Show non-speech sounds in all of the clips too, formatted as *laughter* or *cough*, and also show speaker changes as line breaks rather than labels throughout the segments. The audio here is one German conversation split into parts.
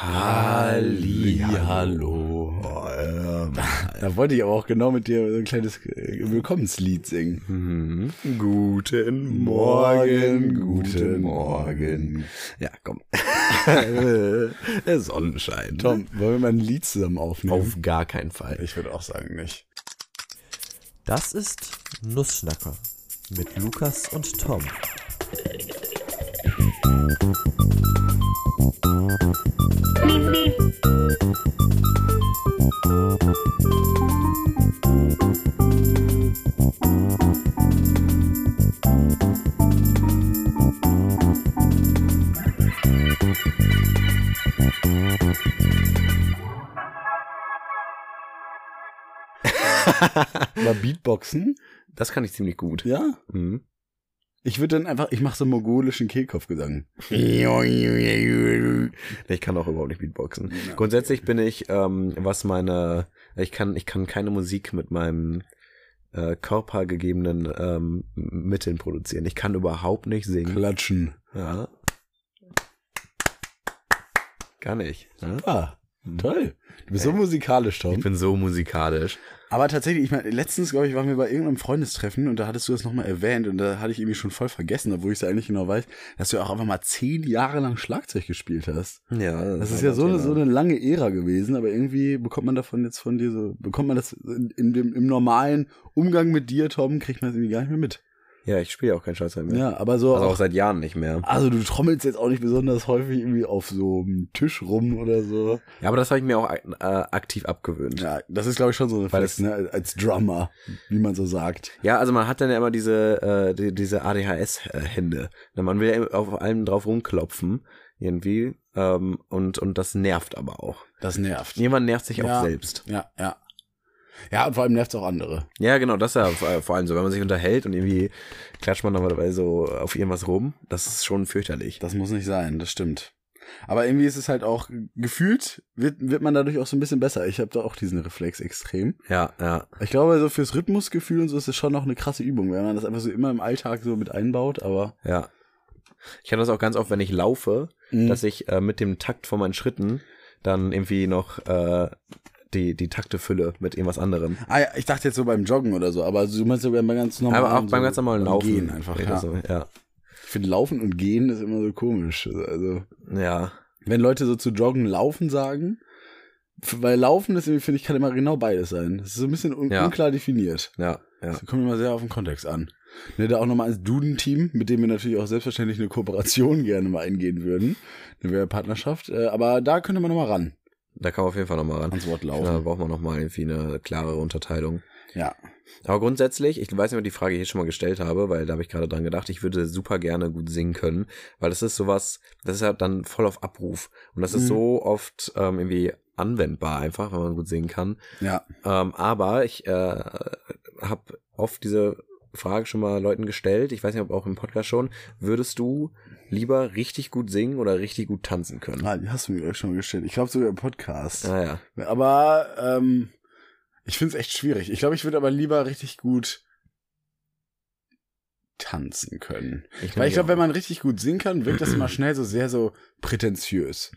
Hallihallo. Oh, Da wollte ich aber auch genau mit dir so ein kleines äh, Willkommenslied singen.
Guten
Mhm. guten Morgen. Ja, *laughs* komm. ne?
Der Sonnenschein.
Tom, wollen wir mal ein Lied zusammen aufnehmen?
Auf gar keinen Fall.
Ich würde auch sagen, nicht.
Das ist Nussschnacker mit Lukas und Tom.
Mal Beatboxen?
Das kann ich ziemlich gut.
Ja?
Mhm.
Ich würde dann einfach, ich mache so einen mongolischen *laughs* Kehlkopfgesang.
Ich kann auch überhaupt nicht Beatboxen. Grundsätzlich bin ich, ähm, was meine, ich kann, ich kann keine Musik mit meinem äh, Körper gegebenen ähm, Mitteln produzieren. Ich kann überhaupt nicht singen.
Klatschen.
Ja. Kann ich. ne?
Ah, toll. Du bist so musikalisch, Tom.
Ich bin so musikalisch.
Äh, Aber tatsächlich, ich meine, letztens, glaube ich, waren wir bei irgendeinem Freundestreffen und da hattest du das nochmal erwähnt und da hatte ich irgendwie schon voll vergessen, obwohl ich es ja eigentlich genau weiß, dass du auch einfach mal zehn Jahre lang Schlagzeug gespielt hast.
Ja.
Das ist ja so eine, so eine lange Ära gewesen, aber irgendwie bekommt man davon jetzt von dir so, bekommt man das in, in dem, im normalen Umgang mit dir, Tom, kriegt man das irgendwie gar nicht mehr mit.
Ja, ich spiele auch kein Schlagzeug mehr.
Ja, aber so,
Also auch
auch,
seit Jahren nicht mehr.
also du trommelst jetzt auch nicht besonders häufig irgendwie auf so einem Tisch rum oder so.
Ja, aber das habe ich mir auch ak- äh, aktiv abgewöhnt. Ja.
Ja, das ist, glaube ich, schon so ein
Weil
Reflex, ne, als Drummer, wie man so sagt.
also man hat dann ja immer diese, äh, die, diese ADHS-Hände. Man will ja auf allem drauf rumklopfen, irgendwie. Ähm, und, und das nervt aber auch.
Das nervt.
Jemand nervt sich
Ja.
auch selbst.
Ja, ja. Ja, und vor allem nervt's auch andere.
Ja, genau, das ist ja vor vor allem so, wenn man sich unterhält und irgendwie klatscht man dann dabei so auf irgendwas rum. Das ist schon fürchterlich.
Das muss nicht sein, das stimmt. Aber irgendwie ist es halt auch gefühlt, wird, wird man dadurch auch so ein bisschen besser. Ich habe da auch diesen Reflex extrem.
Ja, ja.
Ich glaube, so fürs Rhythmusgefühl und so ist es schon noch eine krasse Übung, wenn man das einfach so immer im Alltag so mit einbaut, aber.
Ja. Ich hatte das auch ganz oft, wenn ich laufe,
Mhm.
dass ich äh, mit dem Takt von meinen Schritten dann irgendwie noch äh, die, die Takte fülle mit irgendwas anderem.
Ah ja, ich dachte jetzt so beim Joggen oder so, aber also du meinst sogar beim ganz normalen.
Aber auch beim
so
ganz normalen Laufen.
Gehen einfach.
oder
Ja.
So. Ja.
Ich finde Laufen und Gehen ist immer so komisch. Also,
ja.
wenn Leute so zu Joggen Laufen sagen, f- weil Laufen, das finde ich, kann immer genau beides sein. Das ist so ein bisschen un
Ja.
unklar definiert.
Ja. Ja.
Das kommt immer sehr auf den Kontext an. Ne, da auch nochmal ans Duden-Team, mit dem wir natürlich auch selbstverständlich eine Kooperation *laughs* gerne mal eingehen würden. Eine wäre Partnerschaft. äh, Aber da könnte man nochmal ran
Da kann man auf jeden Fall nochmal ran.
ans Wort
Da
laufen.
braucht man nochmal irgendwie eine klarere Unterteilung.
Ja.
Aber grundsätzlich, ich weiß nicht, ob ich die Frage hier schon mal gestellt habe, weil da habe ich gerade dran gedacht, ich würde super gerne gut singen können, weil das ist sowas, das ist ja dann voll auf Abruf. Und das ist
Mhm.
so oft ähm, irgendwie anwendbar einfach, wenn man gut singen kann.
Ja.
Ähm, aber ich äh, habe oft diese Frage schon mal Leuten gestellt, ich weiß nicht, ob auch im Podcast schon, würdest du lieber richtig gut singen oder richtig gut tanzen können?
Ah, die hast du mir gleich schon gestellt. Ich glaube sogar im Podcast.
Naja,
Aber ähm, ich finde es echt schwierig. Ich glaube, ich würde aber lieber richtig gut tanzen können. Weil ich glaube, wenn man richtig gut singen kann, wirkt das immer schnell so sehr so prätentiös.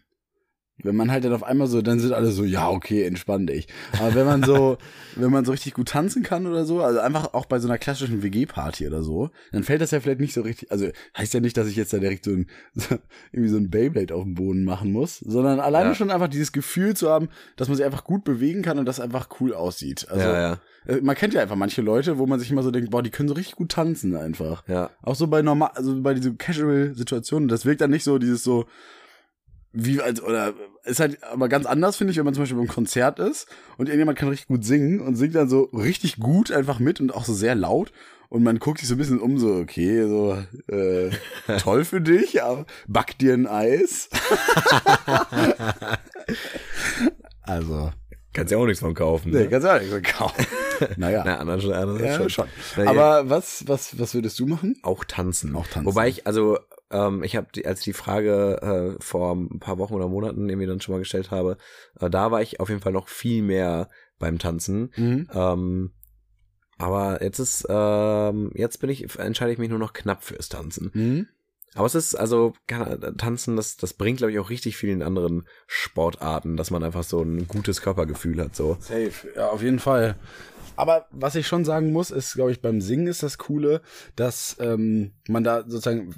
Wenn man halt dann auf einmal so, dann sind alle so, ja, okay, entspann dich. Aber wenn man
*laughs*
so, wenn man so richtig gut tanzen kann oder so, also einfach auch bei so einer klassischen WG-Party oder so, dann fällt das ja vielleicht nicht so richtig, also heißt ja nicht, dass ich jetzt da direkt so ein, so, irgendwie so ein Beyblade auf dem Boden machen muss, sondern alleine
Ja.
schon einfach dieses Gefühl zu haben, dass man sich einfach gut bewegen kann und das einfach cool aussieht. Also,
ja, ja,
äh, man kennt ja einfach manche Leute, wo man sich immer so denkt, boah, die können so richtig gut tanzen einfach.
ja.
Auch so bei normal, also bei diesen Casual-Situationen, das wirkt dann nicht so dieses so, wie als, oder, ist halt aber ganz anders, finde ich, wenn man zum Beispiel beim Konzert ist und irgendjemand kann richtig gut singen und singt dann so richtig gut einfach mit und auch so sehr laut und man guckt sich so ein bisschen um, so, okay, so, äh,
*laughs*
toll für dich, aber back dir ein Eis. also,
Kannst ja auch nichts von kaufen.
nee,
Ne?
ganz ehrlich, so,
*laughs*
kaum. Naja.
Na, anderen schon, anderen
ja, schon.
Na, ja.
Aber was, was, was würdest du machen?
auch tanzen.
Auch tanzen.
Wobei ich, also, ähm, ich habe, als ich die Frage äh, vor ein paar Wochen oder Monaten irgendwie dann schon mal gestellt habe, äh, da war ich auf jeden Fall noch viel mehr beim Tanzen.
Mhm.
Ähm, aber jetzt ist, ähm, jetzt bin ich, entscheide ich mich nur noch knapp fürs Tanzen.
Mhm.
Aber es ist, also, kann, tanzen, das, das bringt, glaube ich, auch richtig vielen anderen Sportarten, dass man einfach so ein gutes Körpergefühl hat, so.
Safe, ja, auf jeden Fall. Aber was ich schon sagen muss, ist, glaube ich, beim Singen ist das Coole, dass ähm, man da sozusagen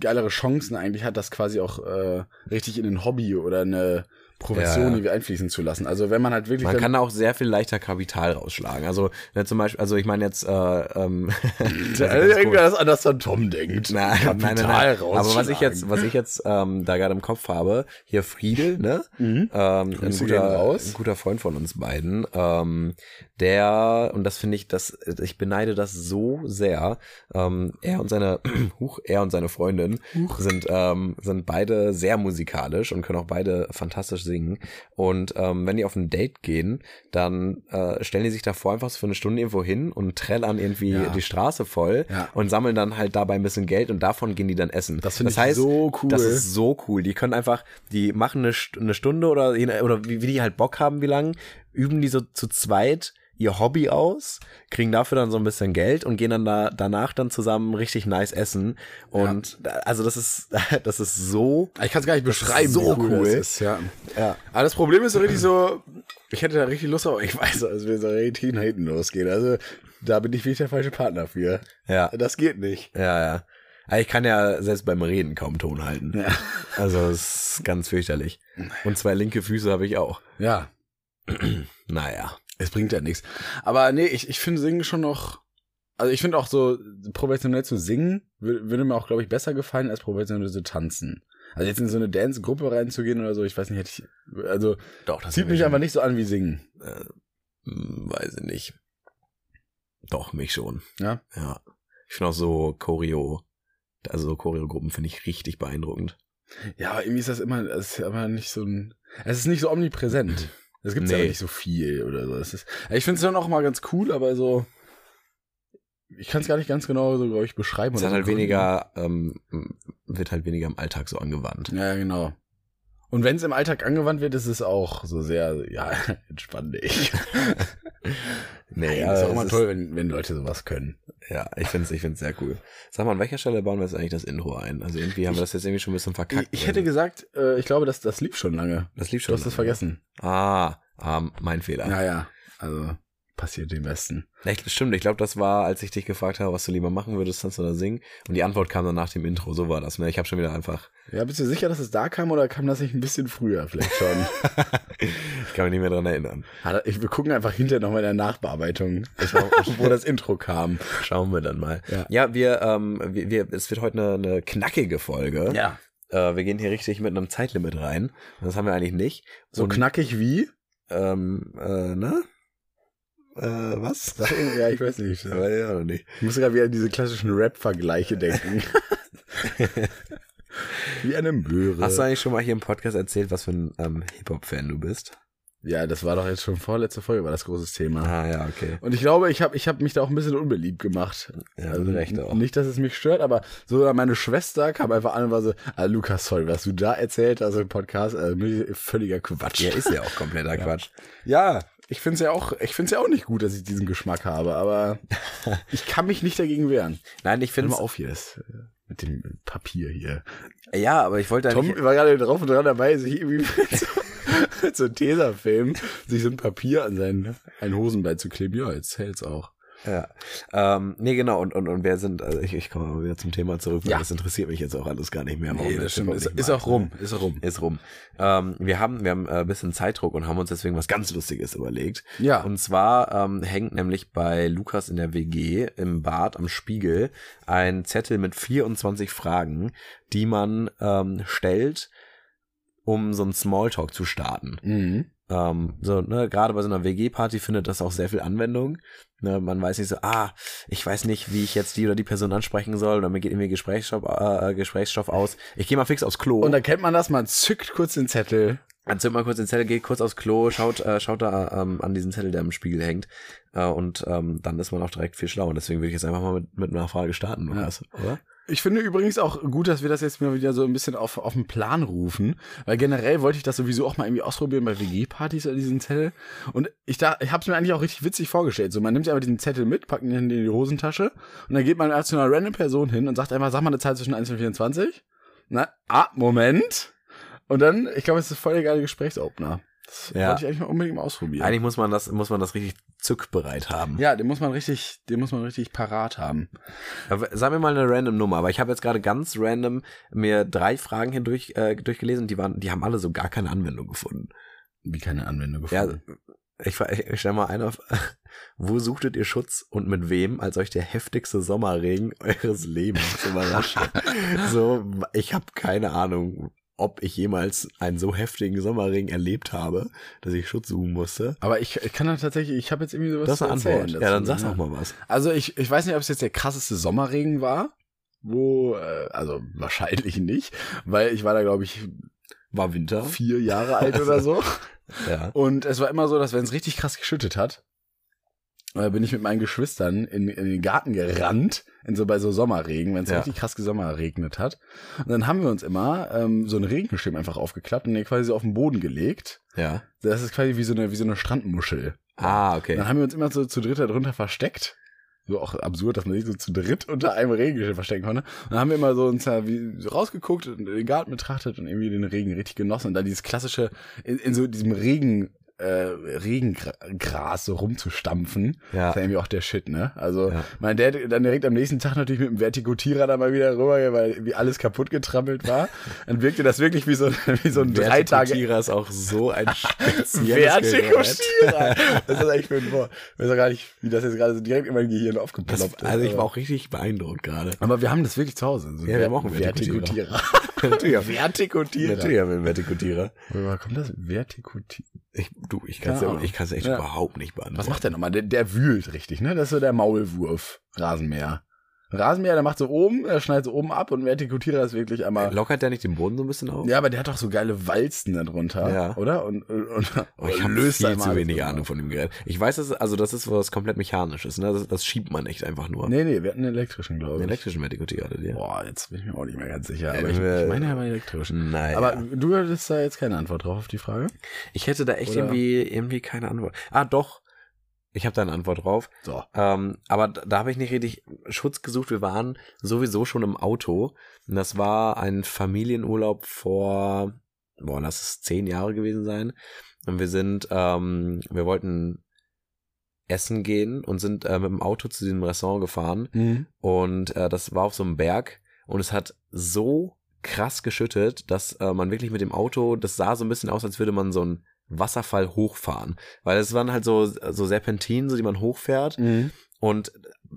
geilere Chancen eigentlich hat, das quasi auch äh, richtig in ein Hobby oder eine Profession
Ja, ja.
irgendwie einfließen zu lassen. Also wenn man halt wirklich
Man
dann-
kann da auch sehr viel leichter Kapital rausschlagen. Also, ne, zum Beispiel, also ich meine jetzt, äh, ähm, *laughs* das ist
Ja,
ganz
*laughs* irgendwer
cool.
das anders an Tom denkt.
Nein,
Kapital
nein, nein, nein. Aber
rausschlagen.
was ich jetzt, was ich jetzt ähm, da gerade im Kopf habe, hier Friedel, ne?
Mhm.
Ähm, ein,
Grüße gehen
guter,
raus.
ein guter Freund von uns beiden, ähm, der, und das finde ich, das, ich beneide das so sehr, ähm, er und seine, *clears throat* huch, er und seine Freundin sind, ähm, sind beide sehr musikalisch und können auch beide fantastisch singen. Und ähm, wenn die auf ein Date gehen, dann äh, stellen die sich davor einfach so für eine Stunde irgendwo hin und trällern irgendwie
Ja.
die Straße voll
Ja.
und sammeln dann halt dabei ein bisschen Geld und davon gehen die dann essen.
Das finde ich
heißt,
so cool.
Das ist so cool. Die können einfach, die machen eine, St- eine Stunde oder, je nach- oder wie, wie die halt Bock haben, wie lang, üben die so zu zweit ihr Hobby aus, kriegen dafür dann so ein bisschen Geld und gehen dann da, danach dann zusammen richtig nice essen. Und da, also das ist, *laughs* das ist so.
Ah, ich kann es gar nicht beschreiben,
so
das
cool.
ist, ja.
Ja.
Aber das Problem ist so richtig so, ich hätte da richtig Lust, aber ich weiß, es wird so richtig nach hinten losgehen. Also da bin ich wirklich der falsche Partner für.
Ja.
Das geht nicht.
Ja, ja. Aber Ich kann ja selbst beim Reden kaum Ton halten.
Ja.
Also es ist ganz fürchterlich. Und zwei linke Füße habe ich auch.
Ja,
Naja.
es bringt ja nichts. Aber nee, ich, ich finde Singen schon noch, also ich finde auch so professionell zu singen wür- würde mir auch, glaube ich, besser gefallen als professionell zu tanzen. Also jetzt in so eine Dance-Gruppe reinzugehen oder so, ich weiß nicht, hätte ich, also
Doch, das
zieht mich einfach nicht so an wie Singen.
Äh, hm, weiß ich nicht. Doch, mich schon.
Ja?
Ja. Ich finde auch so Choreo, also so Choreogruppen finde ich richtig beeindruckend.
Ja, aber irgendwie ist das immer, es ist aber nicht so ein, es ist nicht so omnipräsent. Es gibt ja
Nee.
nicht so viel oder so. Es ist, ich finde es dann auch mal ganz cool, aber so, ich kann es gar nicht ganz genau so, glaube ich, beschreiben.
Es
oder
hat
so
halt
können.
weniger, ähm, wird halt weniger im Alltag so angewandt.
Ja, genau. Und wenn es im Alltag angewandt wird, ist es auch so sehr, ja, *laughs* entspanne ich. *laughs*
Nee,
Ja, ist auch immer toll, wenn, wenn Leute sowas können.
Ja, ich finde es ich find's sehr cool. Sag mal, an welcher Stelle bauen wir jetzt eigentlich das Intro ein? Also irgendwie haben wir das jetzt irgendwie schon ein bisschen
Ich,
verkackt.
ich hätte gesagt, äh, ich glaube, das, das lief schon lange.
das lief
Du
schon.
hast es
lange.
vergessen.
Ah, ähm, mein Fehler.
Naja, also passiert dem Besten.
Echt, stimmt, ich glaube, das war, als ich dich gefragt habe, was du lieber machen würdest, tanzen oder singen. Und die Antwort kam dann nach dem Intro, so war das. Ne? Ich habe schon wieder einfach,
Ja, bist du sicher, dass es da kam oder kam das nicht ein bisschen früher vielleicht *laughs* schon?
ich kann mich nicht mehr dran erinnern.
Hat er- ich- Wir gucken einfach hinterher nochmal in der *laughs* Nachbearbeitung, wo das Intro kam.
Schauen wir dann mal.
Ja.
ja wir, ähm, wir, wir, es wird heute eine, eine knackige Folge.
Ja.
Äh, wir gehen hier richtig mit einem Zeitlimit rein. Das haben wir eigentlich nicht.
So
Und,
knackig wie?
Ähm, äh, ne? Äh, was?
Sag irgendwie- Ja, ich weiß *laughs* nicht.
Ja, Äh. ja, noch nicht.
Ich muss sogar wieder an diese klassischen Rap-Vergleiche
*laughs*
denken. wie eine Möhre.
Hast du eigentlich schon mal hier im Podcast erzählt, was für ein ähm, Hip-Hop-Fan du bist?
ja, das war doch jetzt schon vorletzte Folge, war das großes Thema.
Ah, ja, okay.
Und ich glaube, ich habe ich hab mich da auch ein bisschen unbeliebt gemacht. Also
Ja, mit Recht auch.
Nicht, dass es mich stört, aber so meine Schwester kam einfach an und war so, ah, Lukas, sorry, was du da erzählt hast im Podcast, also, völliger Quatsch.
Ja, ist ja auch kompletter Quatsch.
Ja, ich find's ja auch, ich find's ja auch nicht gut, dass ich diesen Geschmack habe,
*laughs*
aber ich kann mich nicht dagegen wehren.
Nein, ich
Hör
finde
mal auf hier, das äh, mit dem Papier hier.
Ja, aber ich wollte
Tom
eigentlich...
war gerade drauf und dran dabei, sich irgendwie *laughs* mit so, mit so einem Tesafilm, sich so ein Papier an seinen ein Hosenbein zu kleben. Ja, jetzt hält's auch.
Ja. Ähm, nee, genau. Und, und, und wer sind... Also ich, ich komme mal wieder zum Thema zurück, weil
Ja.
das interessiert mich jetzt auch alles gar nicht mehr. warum wir Hip-Hop
Ist,
nicht
ist
mag,
auch
ne?
rum, ist rum.
Ist rum. Ähm, wir haben, wir haben äh, ein bisschen Zeitdruck und haben uns deswegen was ganz Lustiges überlegt.
Ja.
Und zwar ähm, hängt nämlich bei Lukas in der WG im Bad am Spiegel ein Zettel mit 24 Fragen, die man ähm, stellt, um so einen Smalltalk zu starten.
Mhm.
Ähm, so, ne, gerade bei so einer WG-Party findet das auch sehr viel Anwendung. Ne, man weiß nicht so, ah, ich weiß nicht, wie ich jetzt die oder die Person ansprechen soll, oder mir geht irgendwie Gesprächsstoff, äh, Gesprächsstoff aus. Ich gehe mal fix aufs Klo.
Und dann kennt man das, man zückt kurz den Zettel.
Dann zündet man kurz den Zettel, geht kurz aufs Klo, schaut, äh, schaut da ähm, an diesen Zettel, der im Spiegel hängt. Äh, und ähm, dann ist man auch direkt viel schlauer. Und deswegen würde ich jetzt einfach mal mit, mit einer Frage starten, Lukas, oder?
Ich finde übrigens auch gut, dass wir das jetzt mal wieder so ein bisschen auf, auf den Plan rufen, weil generell wollte ich das sowieso auch mal irgendwie ausprobieren bei WG-Partys oder diesen Zettel. Und ich da, ich habe es mir eigentlich auch richtig witzig vorgestellt. So, man nimmt einfach diesen Zettel mit, packt ihn in die Hosentasche und dann geht man als zu einer random Person hin und sagt einfach, sag mal eine Zahl zwischen 1 und 24. Na, ah, Moment. Und dann, ich glaube, es ist voll der geile Gesprächsopener. Das
Ja.
wollte ich eigentlich mal unbedingt mal ausprobieren.
Eigentlich muss man das, muss man das richtig zückbereit haben.
ja, den muss man richtig, den muss man richtig parat haben.
Aber Sag mir mal eine random Nummer, aber ich habe jetzt gerade ganz random mir drei Fragen hindurch äh, durchgelesen, die waren, die haben alle so gar keine Anwendung gefunden.
Wie keine Anwendung
Ja,
gefunden.
ich, fra- ich stelle mal ein auf, *laughs* wo suchtet ihr Schutz und mit wem, als euch der heftigste Sommerregen *laughs* eures Lebens überrascht? so, ich habe keine Ahnung, ob ich jemals einen so heftigen Sommerregen erlebt habe, dass ich Schutz suchen musste.
Aber ich, ich kann da tatsächlich, ich habe jetzt irgendwie sowas
Das ist eine
zu erzählen
Antwort. Ja, dann
dazu,
sag doch mal was.
Also ich, ich weiß nicht, ob es jetzt der krasseste Sommerregen war, wo, äh, also wahrscheinlich *laughs* nicht, weil ich war da, glaube ich,
War Winter?
vier Jahre alt oder
*laughs*
so.
Ja.
Und es war immer so, dass wenn es richtig krass geschüttet hat, äh, bin ich mit meinen Geschwistern in, in den Garten gerannt, in so bei so Sommerregen, wenn es
Ja.
richtig krass geregnet hat. Und dann haben wir uns immer ähm, so einen Regenschirm einfach aufgeklappt und den quasi auf den Boden gelegt.
Ja.
Das ist quasi wie so eine, wie so eine Strandmuschel.
Ah, okay.
Dann haben wir uns immer so zu dritt darunter versteckt. So auch absurd, dass man sich so zu dritt unter einem Regenschirm verstecken konnte. Und dann haben wir immer so uns da wie so rausgeguckt und den Garten betrachtet und irgendwie den Regen richtig genossen. Und dann dieses klassische, in, in so diesem Regen, äh, Regengras so rumzustampfen.
Ja.
Das war irgendwie auch der Shit, ne? Also
Ja.
mein Dad dann direkt am nächsten Tag natürlich mit dem Vertikutierer da mal wieder rüber, weil wie alles kaputt getrampelt war. Dann wirkte das wirklich wie so, *laughs* wie so ein drei Tage
Vertikutierer ist auch so ein spezielles Gerät.
Vertikutierer. *laughs* Das ist eigentlich für ein Wort. Ich weiß auch gar nicht, wie das jetzt gerade so direkt in mein Gehirn
Das,
aufgeploppt ist.
also ich war
aber-
auch richtig beeindruckt gerade.
Aber wir haben das wirklich zu Hause. So
Ja, wir haben auch
*laughs*
einen
Vertikutierer.
Natürlich haben wir-
Vertikutierer.
natürlich haben wir einen Vertikutierer.
Woher kommt das? Vertikutierer.
Ich, du, ich kann es
Keine Ahnung.
ich kann's echt
Ja.
überhaupt nicht
Was
beantworten.
macht der nochmal? Der, der wühlt richtig, ne? Das ist so der Maulwurf. Rasenmäher. Rasenmäher, der macht so oben, er schneidet so oben ab und Vertikutierer ist wirklich einmal.
Äh, Lockert der nicht den Boden so ein bisschen auf?
Ja, aber der hat doch so geile Walzen da drunter,
Ja.
oder? Und, und, und
Oh, ich habe
löst
viel
einmal
zu
alles
wenig
so.
Ahnung von dem Gerät. Ich weiß, dass, also das ist was komplett Mechanisches. Ne? Das, das schiebt man echt einfach nur.
Nee, nee, wir hatten einen elektrischen, glaube ich.
Einen elektrischen Vertikutierer hattet ihr.
Boah, jetzt bin ich mir auch nicht mehr ganz sicher.
Ja,
Aber ich,
wir-
ich meine ja mal elektrisch.
Nein.
Aber
Aber
du hattest da jetzt keine Antwort drauf auf die Frage.
ich hätte da echt
Oder-
irgendwie, irgendwie keine Antwort. Ah, doch. Ich habe da eine Antwort drauf.
So.
Ähm, aber da, da habe ich nicht richtig Schutz gesucht. Wir waren sowieso schon im Auto. Und das war ein Familienurlaub vor, boah, lass es zehn Jahre gewesen sein. Und wir sind, ähm, wir wollten essen gehen und sind äh, mit dem Auto zu diesem Restaurant gefahren.
Mhm.
Und äh, das war auf so einem Berg und es hat so krass geschüttet, dass äh, man wirklich mit dem Auto, das sah so ein bisschen aus, als würde man so einen Wasserfall hochfahren. Weil es waren halt so, so Serpentinen, so die man hochfährt. Und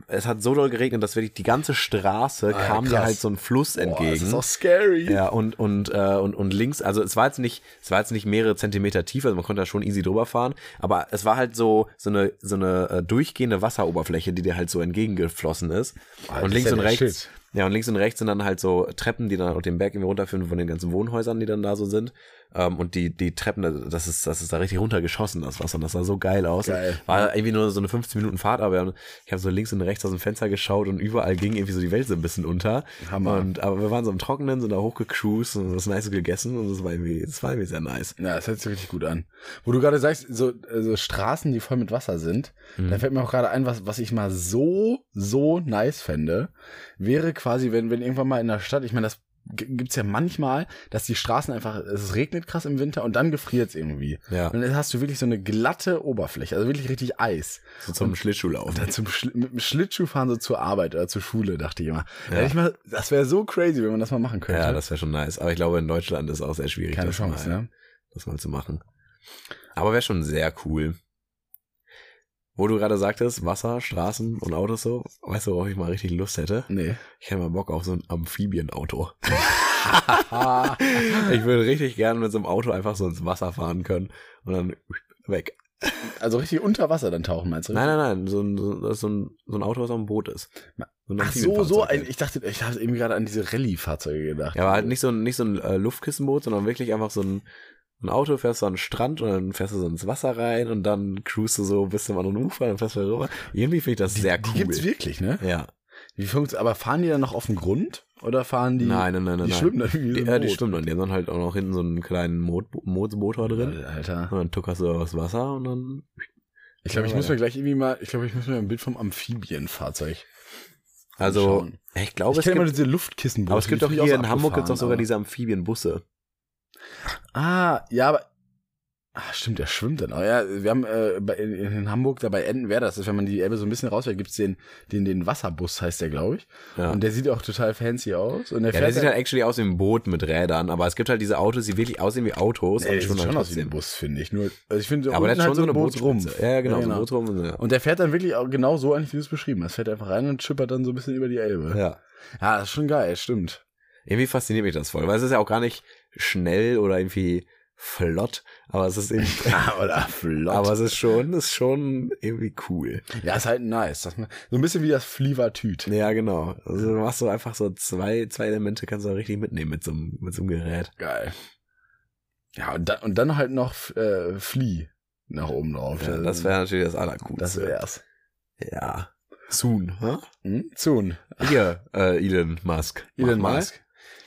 es hat so doll geregnet, dass wirklich die ganze Straße
Ah,
kam dir
krass.
halt so ein Fluss
Boah, das
entgegen.
ist auch scary.
ja, und, und, äh, und, und links, also es war jetzt nicht, es war jetzt nicht mehrere Zentimeter tief, also man konnte da schon easy drüber fahren, aber es war halt so, so eine, so eine äh, durchgehende Wasseroberfläche, die dir halt so entgegengeflossen ist.
Boah, das
und
ist
links
ja
und
der
rechts,
Shit.
ja, und links und rechts sind dann halt so Treppen, die dann auf den Berg irgendwie runterführen von den ganzen Wohnhäusern, die dann da so sind. Ähm, und die, die Treppen, das ist, das ist da richtig runtergeschossen, das Wasser, und das sah so geil aus.
Geil.
War irgendwie nur so eine 15 Minuten Fahrt, aber ich habe so links und rechts aus dem Fenster geschaut und überall ging irgendwie so die Welt so ein bisschen unter.
Hammer.
Und, aber wir waren so im Trockenen, sind da hochgecruised und was Nice gegessen und das war irgendwie, das war irgendwie sehr nice.
Ja, das hört sich richtig gut an. Wo du gerade sagst, so, äh, so Straßen, die voll mit Wasser sind,
Mhm.
da fällt mir auch gerade ein, was, was ich mal so, so nice fände, wäre quasi, wenn, wenn irgendwann mal in der Stadt, ich meine, das g- gibt's ja manchmal, dass die Straßen einfach, es regnet krass im Winter und dann gefriert's irgendwie.
Ja.
Und dann hast du wirklich so eine glatte Oberfläche, also wirklich richtig Eis.
So zum Schlittschuhlauf.
Dann zum Schli mit dem Schlittschuh fahren so zur Arbeit oder zur Schule, dachte ich immer. Da hätte Ich mal, das wäre so crazy, wenn man das mal machen könnte.
Ja, das wäre schon nice. Aber ich glaube, in Deutschland ist auch sehr schwierig,
Keine
das,
Chance,
mal,
ne?
das mal zu machen. Aber wäre schon sehr cool. Wo du gerade sagtest, Wasser, Straßen und Autos so, weißt du, worauf ich mal richtig Lust hätte?
Nee.
Ich hätte mal Bock auf so ein Amphibienauto. *laughs* ich würde richtig gerne mit so einem Auto einfach so ins Wasser fahren können und dann weg.
Also richtig unter Wasser dann tauchen, meinst du?
Nein, nein, nein, so ein, so, das ist so ein, so ein Auto, was auf dem Boot ist. So ein
Ach so,
Amphibienfahrzeug
so.
halt.
Ein, ich dachte, ich habe eben gerade an diese Rallye-Fahrzeuge gedacht.
Ja, aber halt nicht so ein, nicht so ein äh, Luftkissenboot, sondern wirklich einfach so ein, ein Auto, fährst du an den Strand und dann fährst du so ins Wasser rein und dann cruist du so bis zum anderen Ufer, dann fährst du rüber. Irgendwie finde ich das sehr
Die
cool.
gibt's wirklich, ne?
ja.
Wie funktioniert, aber fahren die dann noch auf dem Grund? Oder fahren die?
nein, nein, nein, nein.
die
nein.
schwimmen dann irgendwie
die,
im
ja, die
Boot.
schwimmen dann. Die haben dann halt auch noch hinten so einen kleinen Mo- Mootsmotor drin.
Alter.
Und dann tuckerst du aufs Wasser und dann.
Ich glaube, ich muss mir gleich irgendwie mal, ich glaube, ich muss mir ein Bild vom Amphibienfahrzeug.
Also,
anschauen.
ich glaube,
ich
es
kenne immer
gibt,
diese Luftkissenboote.
aber es gibt
die
doch
finde ich
hier
auch so
in Hamburg gibt's
abgefahren,
doch sogar
aber-
diese Amphibienbusse.
Ah, ja, aber. Ah, stimmt, der schwimmt dann auch. Ja, wir haben äh, bei, in, in Hamburg dabei Enten wäre das. ist, Wenn man die Elbe so ein bisschen rausfährt, gibt's den, den, den Wasserbus, heißt der, glaube ich.
Ja.
Und der sieht auch total fancy aus. Und der
Ja,
fährt
der sieht halt actually aus wie ein Boot mit Rädern, aber es gibt halt diese Autos, die wirklich aussehen wie Autos.
Nee,
aber
der sieht
schwimmen
schon
halt
aus wie ein
trotzdem.
Bus, finde ich. Nur, also ich finde,
Aber der
unten
hat schon
halt
so eine
Boot
Bootsrumpf. Ja, ja, genau, so ein Bootsrumpf. Ja.
Und der fährt dann wirklich auch genau so eigentlich, wie du es beschrieben hast. Fährt einfach rein und schippert dann so ein bisschen über die Elbe.
ja.
Ja, das ist schon geil,
*laughs*
stimmt.
Irgendwie fasziniert mich das voll, weil es ist ja auch gar nicht schnell oder irgendwie flott, aber es ist *laughs* eben,
Oder flott.
aber
Aber
es ist schon, ist schon irgendwie cool.
ja, ist halt nice. Das, so ein bisschen wie das Flievertüt.
Ja, genau. Also du machst so einfach so zwei, zwei Elemente, kannst du da richtig mitnehmen mit so einem, mit so einem Gerät.
Geil. Ja, und dann, und dann halt noch äh, Flea nach oben drauf.
Ja, das wäre natürlich das Allercoolste.
Das wär's.
Ja. Soon, huh?
Hm? Soon.
Hier, äh, Elon Musk. Mach
Elon
mal.
Musk.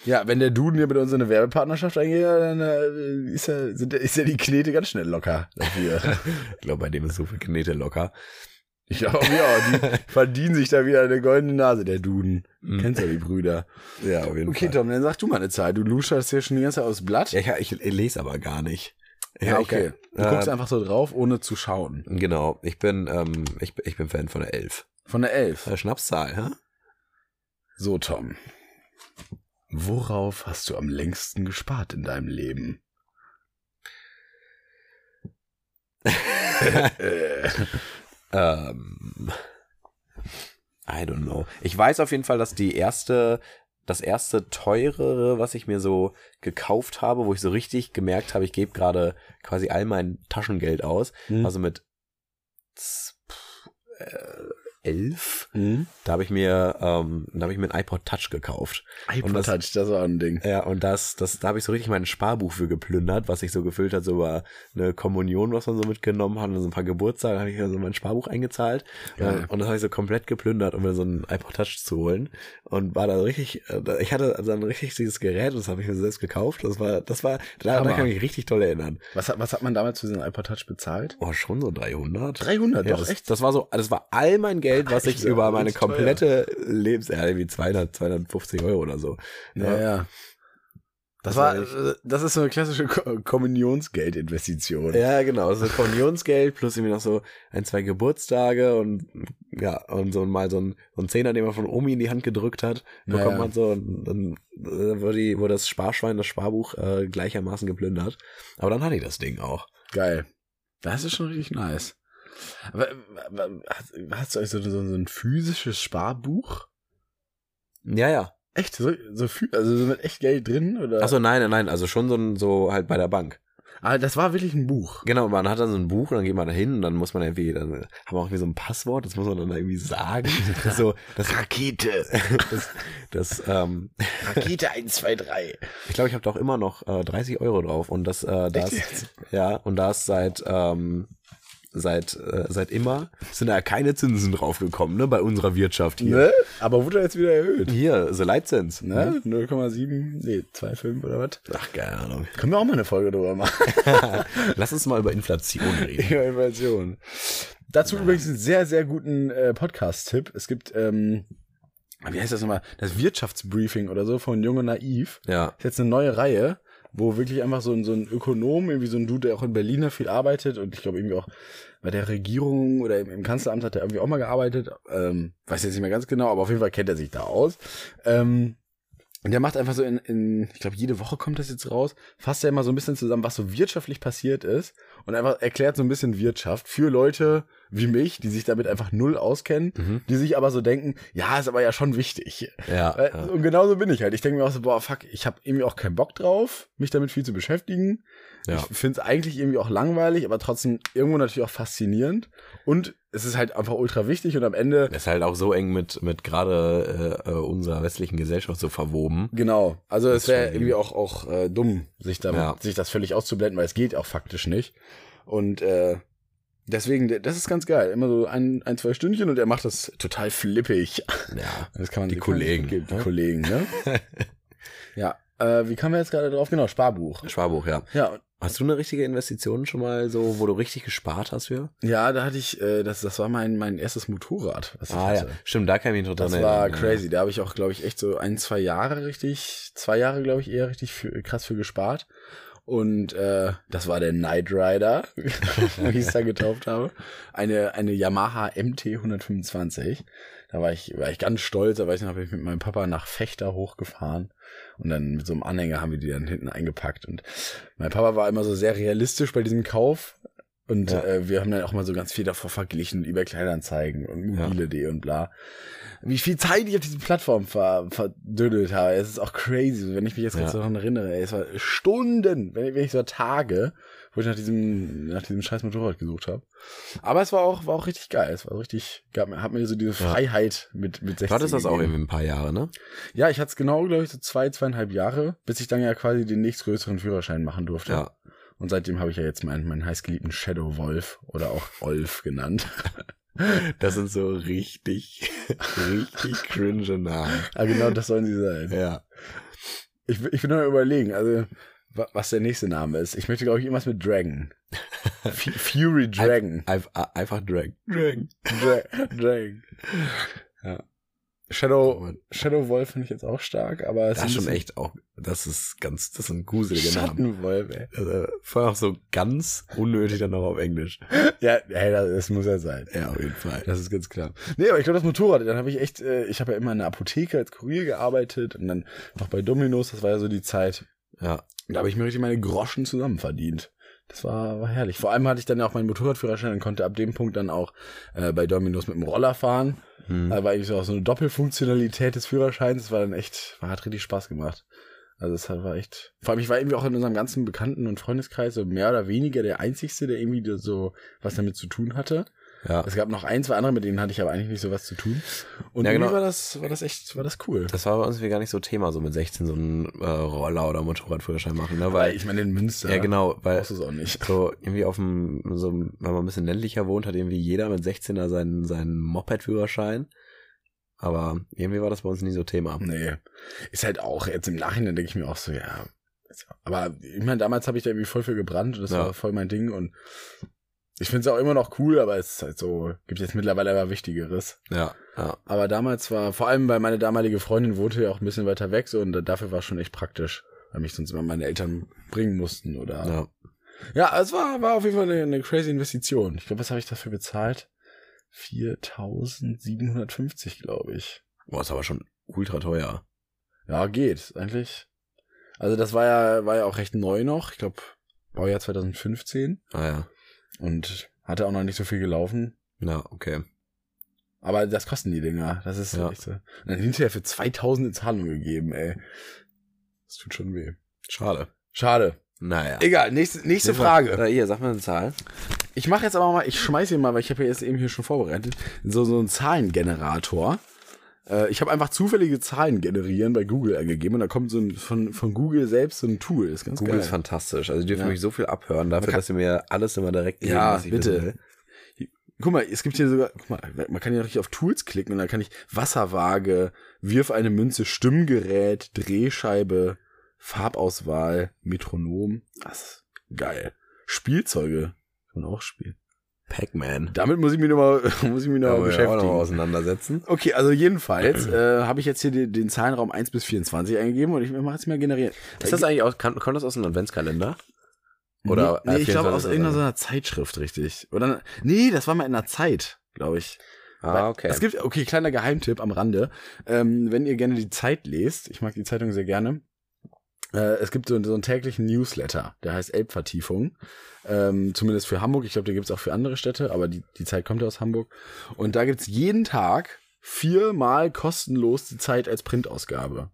Ja, wenn der Duden hier mit uns in eine Werbepartnerschaft eingeht, dann äh, ist, ja, sind, ist ja die Knete ganz schnell locker dafür.
*laughs* Ich glaube, bei dem ist so viel Knete locker.
Ich glaube ja, die verdienen sich da wieder eine goldene Nase, der Duden.
Mhm.
Kennst du die Brüder?
Ja, auf jeden
Okay,
Fall.
Tom, dann sag du mal eine Zahl. Du luscherst hier schon die ganze Zeit aufs Blatt.
Ja, ich, ich lese aber gar nicht.
Ja, okay.
Ich,
Du
äh,
guckst einfach so drauf, ohne zu schauen.
Genau, ich bin, ähm, ich, bin- ich bin Fan von der Elf.
Von der Elf.
Äh, Schnapszahl, hä?
So, Tom. Worauf hast du am längsten gespart in deinem *laughs* Leben? Äh,
ähm, I don't know. Ich weiß auf jeden Fall, dass die erste, das erste teurere, was ich mir so gekauft habe, wo ich so richtig gemerkt habe, ich gebe gerade quasi all mein Taschengeld aus. Also mit z- pff, äh, elf,
hm?
da habe ich mir, ähm, da habe ich mir ein iPod Touch gekauft.
iPod
das-
Touch, das war ein Ding.
Ja, und das, das, da habe ich so richtig mein Sparbuch für geplündert, was ich so gefüllt hat, so war eine Kommunion, was man so mitgenommen hat, und so ein paar Geburtstage, da habe ich so mein Sparbuch eingezahlt.
Geil.
Äh, Und das habe ich so komplett geplündert, um mir so einen iPod Touch zu holen. Und war da richtig, äh, da- ich hatte dann richtig dieses Gerät, das habe ich mir selbst gekauft. Das war, das war, da, da
Hammer.
kann ich mich richtig toll erinnern.
Was hat, was hat man damals für diesen iPod Touch bezahlt?
Oh, schon so 300?
300,
Ja,
doch,
das,
echt?
das war so, das war all mein Geld, was ich
Alter,
über meine
übelst teuer.
komplette Lebens, ja, irgendwie 200, 250 Euro oder so.
Ja, ja. Das,
Das
war,
war echt-
äh, das ist so eine klassische Ko- Kommunionsgeldinvestition.
Ja, genau. Das ist Kommunionsgeld plus irgendwie noch so ein, zwei Geburtstage und ja, und so mal so ein, so ein Zehner, den man von Omi in die Hand gedrückt hat,
Ja,
bekommt
ja.
man so und dann äh, wurde, die, wurde das Sparschwein, das Sparbuch äh, gleichermaßen geplündert. Aber dann hatte ich das Ding auch.
Geil. Das ist schon richtig nice. Aber, aber hast, hast du eigentlich so, so, so ein physisches Sparbuch?
Ja, ja.
Echt? So, so, phy- also so mit echt Geld drin? Oder?
Achso, nein, nein, nein. Also schon so, ein, so halt bei der Bank.
Aber das war wirklich ein Buch.
Genau, man hat dann so ein Buch und dann geht man da hin und dann muss man irgendwie, dann haben wir auch irgendwie so ein Passwort, das muss man dann irgendwie *laughs* sagen. Das ist so, das,
Rakete.
*laughs* das, das, ähm,
Rakete 1, 2, *laughs* 3.
Ich glaube, ich habe da auch immer noch äh, 30 Euro drauf und das, äh, das ja, und da ist seit, ähm, seit, äh, seit immer sind da keine Zinsen draufgekommen, ne, bei unserer Wirtschaft hier.
Ne? Aber wurde jetzt wieder erhöht.
Hier, so Leitzins, ne?
Ne? 0,7, nee, 2,5 oder was?
Ach, keine Ahnung.
Können wir auch mal eine Folge drüber machen.
Lass uns mal über Inflation reden.
*laughs* Ja, Invasion. Dazu übrigens einen sehr, sehr guten äh, Podcast-Tipp. Es gibt, ähm, wie heißt das nochmal? Das Wirtschaftsbriefing oder so von Junge Naiv.
Ja.
Ist jetzt eine neue Reihe, wo wirklich einfach so ein, so ein Ökonom, irgendwie so ein Dude, der auch in Berlin da viel arbeitet und ich glaube irgendwie auch bei der Regierung oder im, im Kanzleramt hat er irgendwie auch mal gearbeitet. Ähm, weiß jetzt nicht mehr ganz genau, aber auf jeden Fall kennt er sich da aus. Ähm, und der macht einfach so in, in ich glaube, jede Woche kommt das jetzt raus, fasst er immer so ein bisschen zusammen, was so wirtschaftlich passiert ist und einfach erklärt so ein bisschen Wirtschaft für Leute wie mich, die sich damit einfach null auskennen,
Mhm.
die sich aber so denken, ja, ist aber ja schon wichtig.
Ja.
Weil-
ja.
Äh, Und genauso bin ich halt. Ich denke mir auch so, boah, fuck, ich habe irgendwie auch keinen Bock drauf, mich damit viel zu beschäftigen.
Ja.
Ich finde es eigentlich irgendwie auch langweilig, aber trotzdem irgendwo natürlich auch faszinierend. Und es ist halt einfach ultra wichtig und am Ende,
Ist halt auch so eng mit, mit gerade äh, äh, unserer westlichen Gesellschaft so verwoben.
genau. Also es
ist schon
wäre
lieb.
irgendwie auch, auch äh, dumm, sich, damit,
Ja.
sich das völlig auszublenden, weil es geht auch faktisch nicht. Und äh, Deswegen, das ist ganz geil. Immer so ein, ein zwei Stündchen und er macht das total flippig.
Ja.
Das kann man
Die
kann man sich
Kollegen,
geben. Die
ne?
Kollegen,
*laughs*
ne? ja. Äh, wie kamen wir jetzt gerade drauf? Genau, Sparbuch.
Sparbuch, ja.
Ja,
Hast du eine richtige Investition schon mal so, wo du richtig gespart hast für?
ja, da hatte ich, äh, das, das war mein, mein erstes Motorrad, was ich
Ah ja,
hatte.
stimmt, da kann ich mich noch dran
Das war
erinnern.
crazy. Da habe ich auch, glaube ich, echt so ein, zwei Jahre richtig, zwei Jahre, glaube ich, eher richtig für, krass für gespart. Und äh, das war der Knight Rider, *laughs* wie ich es da getauft habe. Eine, eine Yamaha MT 125. Da war ich, war ich ganz stolz, da weiß ich noch, bin ich mit meinem Papa nach Fechter hochgefahren. Und dann mit so einem Anhänger haben wir die dann hinten eingepackt. Und mein Papa war immer so sehr realistisch bei diesem Kauf. Und
Ja.
äh, wir haben dann auch mal so ganz viel davor verglichen über Kleinanzeigen und
Ja.
mobile.de und bla. Wie viel Zeit ich auf diese Plattform ver verdüdelt habe. Es ist auch crazy, wenn ich mich jetzt kurz
Ja.
daran erinnere. Ey, es war Stunden, wenn, wenn ich so Tage, wo ich nach diesem, nach diesem scheiß Motorrad gesucht habe. Aber es war auch, war auch richtig geil. Es war richtig, gab, mir- hat mir so diese Freiheit mit, mit 16.
Du hattest das auch
gegeben.
irgendwie ein paar Jahre, ne?
Ja, ich hatte es genau, glaube ich, so zwei, zweieinhalb Jahre, bis ich dann ja quasi den nächstgrößeren Führerschein machen durfte.
Ja.
Und seitdem habe ich ja jetzt meinen, meinen heißgeliebten Shadow Wolf oder auch Olf genannt. *laughs*
Das sind so richtig, *laughs* richtig cringe Namen.
ah, genau, das sollen sie sein.
Ja.
Ich, ich bin noch am überlegen, also wa- was der nächste Name ist. Ich möchte, glaube ich, irgendwas mit *laughs* Dragon. Fu- Fury Dragon.
Einf a- einfach Drag. Drag.
Dra Dragon. Ja. Shadow, Shadow Wolf finde ich jetzt auch stark, aber es
Oh Das ist
ein
schon
bisschen
echt auch, das ist ganz, das sind gruselige Namen.
Schattenwolf, ey.
Also, vor allem auch so ganz unnötig dann noch auf Englisch.
Ja, hey, das, das muss ja sein.
Ja, auf jeden Fall.
Das ist ganz klar. Nee, aber ich glaube, das Motorrad, dann habe ich echt, äh, ich habe ja immer in der Apotheke als Kurier gearbeitet und dann noch bei Dominos, das war ja so die Zeit.
Ja.
Und da habe ich mir richtig meine Groschen zusammen verdient. Das war, war herrlich. Vor allem hatte ich dann ja auch meinen Motorradführerschein und konnte ab dem Punkt dann auch äh, bei Dominos mit dem Roller fahren.
Hm.
Da war eigentlich so auch so eine Doppelfunktionalität des Führerscheins. Das war dann echt, war, hat richtig Spaß gemacht. Also es war echt. Vor allem, ich war irgendwie auch in unserem ganzen Bekannten- und Freundeskreis so mehr oder weniger der Einzigste, der irgendwie so was damit zu tun hatte.
Ja.
Es gab noch ein, zwei andere, mit denen hatte ich aber eigentlich nicht so was zu tun. Und
Ja,
irgendwie
genau.
war das, war das echt, war das cool.
Das war bei uns irgendwie gar nicht so Thema, so mit 16 so einen äh, Roller oder Motorradführerschein machen, ne? Weil,
ich meine, in Münster.
ja genau, weil
Brauchst du es auch nicht. *laughs*
so irgendwie auf dem, so, wenn man ein bisschen ländlicher wohnt, hat irgendwie jeder mit 16er seinen, seinen Moped-Führerschein. Aber irgendwie war das bei uns nie so Thema.
Nee. Ist halt auch, jetzt im Nachhinein denke ich mir auch so, ja. ist ja- Aber ich meine, damals habe ich da irgendwie voll für gebrannt und das
Ja.
war voll mein Ding und ich finde es auch immer noch cool, aber es ist halt so, gibt jetzt mittlerweile aber Wichtigeres.
Ja, ja.
Aber damals war, vor allem weil meine damalige Freundin wohnte ja auch ein bisschen weiter weg so und dafür war es schon echt praktisch, weil mich sonst immer meine Eltern bringen mussten oder
ja.
Ja, es war, war auf jeden Fall eine, eine crazy Investition. Ich glaube, was habe ich dafür bezahlt? 4750, glaube ich.
Boah, ist aber schon ultra teuer.
Ja, geht, eigentlich. Also das war ja, war ja auch recht neu noch. Ich glaube, Baujahr 2015
Ah ja.
und hatte auch noch nicht so viel gelaufen.
Ja, okay.
Aber das kosten die Dinger. Das ist
Ja.
echt so. Und dann hinterher für 2000 in Zahlung gegeben, ey. Das tut schon weh.
Schade.
Schade.
Naja.
Egal, nächste, nächste Frage.
Oder hier, sag mal eine Zahl.
Ich mache jetzt aber mal, ich schmeiß hier mal, weil ich habe ja jetzt eben hier schon vorbereitet, so, so einen Zahlengenerator. Äh, ich habe einfach zufällige Zahlen generieren bei Google angegeben und da kommt so ein, von, von Google selbst so ein Tool. Ist ganz
Google
Google
ist
geil.
fantastisch. Also, die dürfen
Ja.
mich so viel abhören dafür, dass sie mir alles immer direkt geben,
Ja,
was ich
bitte.
wissen will.
Guck mal, es gibt hier sogar, guck mal, man kann hier richtig auf Tools klicken und dann kann ich Wasserwaage, wirf eine Münze, Stimmgerät, Drehscheibe, Farbauswahl, Metronom. Das ist geil. Spielzeuge kann man auch spielen.
Pac-Man.
Damit muss ich mich nochmal, *laughs* muss ich mich nochmal
Da wollen wir auch noch
beschäftigen.
mal auseinandersetzen.
Okay, also
*clears throat*
jedenfalls äh, habe ich jetzt hier den, den Zahlenraum 1 bis 24 eingegeben und ich mache jetzt mal generieren.
Ist das eigentlich aus, kann, kommt das aus einem Adventskalender?
Oder
Oder,
nee,
äh,
nee, ich glaube
24
aus
oder
irgendeiner
so.
so einer Zeitschrift, richtig. Oder nee, das war mal in einer Zeit, glaube ich. Weil-
Ah, okay.
Es gibt okay, kleiner Geheimtipp am Rande. Ähm, wenn ihr gerne die Zeit lest, ich mag die Zeitung sehr gerne. Äh, es gibt so, so einen täglichen Newsletter, der heißt Elbvertiefung. Ähm, zumindest für Hamburg. Ich glaube, den gibt's auch für andere Städte, aber die, die Zeit kommt ja aus Hamburg. Und da gibt's jeden Tag viermal kostenlos die Zeit als Printausgabe.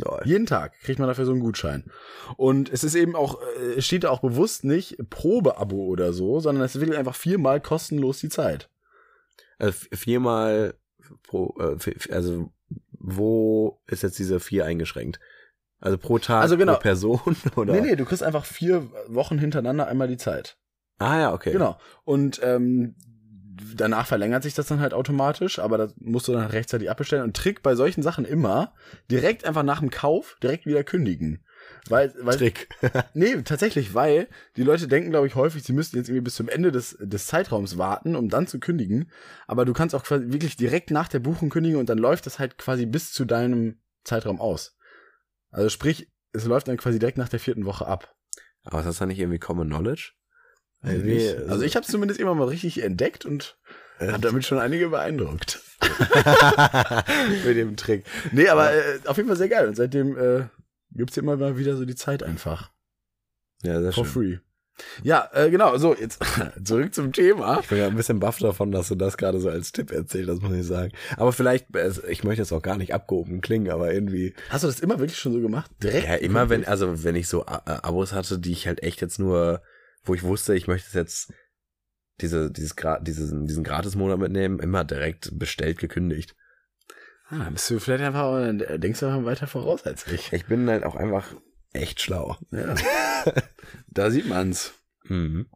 Lol.
Jeden Tag kriegt man dafür so einen Gutschein. Und es ist eben auch, äh, es steht da auch bewusst nicht Probeabo oder so, sondern es ist wirklich einfach viermal kostenlos die Zeit.
Also vi- viermal pro, äh, vi- vi- also wo ist jetzt diese vier eingeschränkt? Also pro Tag,
Also genau.
pro Person *laughs* oder?
Nee, nee, du kriegst einfach vier Wochen hintereinander einmal die Zeit.
Ah ja, okay.
Genau. Und ähm, danach verlängert sich das dann halt automatisch, aber das musst du dann halt rechtzeitig abbestellen. Und Trick bei solchen Sachen immer, direkt einfach nach dem Kauf, direkt wieder kündigen. Weil, weil,
Trick.
Nee, tatsächlich, weil die Leute denken, glaube ich, häufig, sie müssten jetzt irgendwie bis zum Ende des, des Zeitraums warten, um dann zu kündigen. Aber du kannst auch quasi wirklich direkt nach der Buchung kündigen und dann läuft das halt quasi bis zu deinem Zeitraum aus. Also sprich, es läuft dann quasi direkt nach der vierten Woche ab.
Aber ist das dann nicht irgendwie Common Knowledge?
Also,
Irgendwie-
ich-
*laughs*
also ich habe es zumindest immer mal richtig entdeckt und
Äh.
habe damit schon einige beeindruckt.
*laughs*
Mit dem Trick. Nee, aber äh, auf jeden Fall sehr geil. Und seitdem äh, gibt's hier immer mal wieder so die Zeit einfach.
Ja, sehr
For
schön.
free. Ja, äh, genau. So, jetzt *laughs* zurück zum Thema.
Ich bin ja ein bisschen baff davon, dass du das gerade so als Tipp erzählt hast, muss ich sagen. Aber vielleicht, äh, ich möchte jetzt auch gar nicht abgehoben klingen, aber irgendwie.
Hast du das immer wirklich schon so gemacht? Direkt?
Ja, immer wenn, also wenn ich so A- A- Abos hatte, die ich halt echt jetzt nur, wo ich wusste, ich möchte es jetzt diese, dieses, Gra- diesen, diesen Gratis-Monat mitnehmen, immer direkt bestellt gekündigt.
Ah, bist du vielleicht einfach, äh, denkst du einfach weiter voraus als
*laughs*
ich.
Ich bin halt auch einfach echt schlau.
Ja. da sieht man's.
Mhm.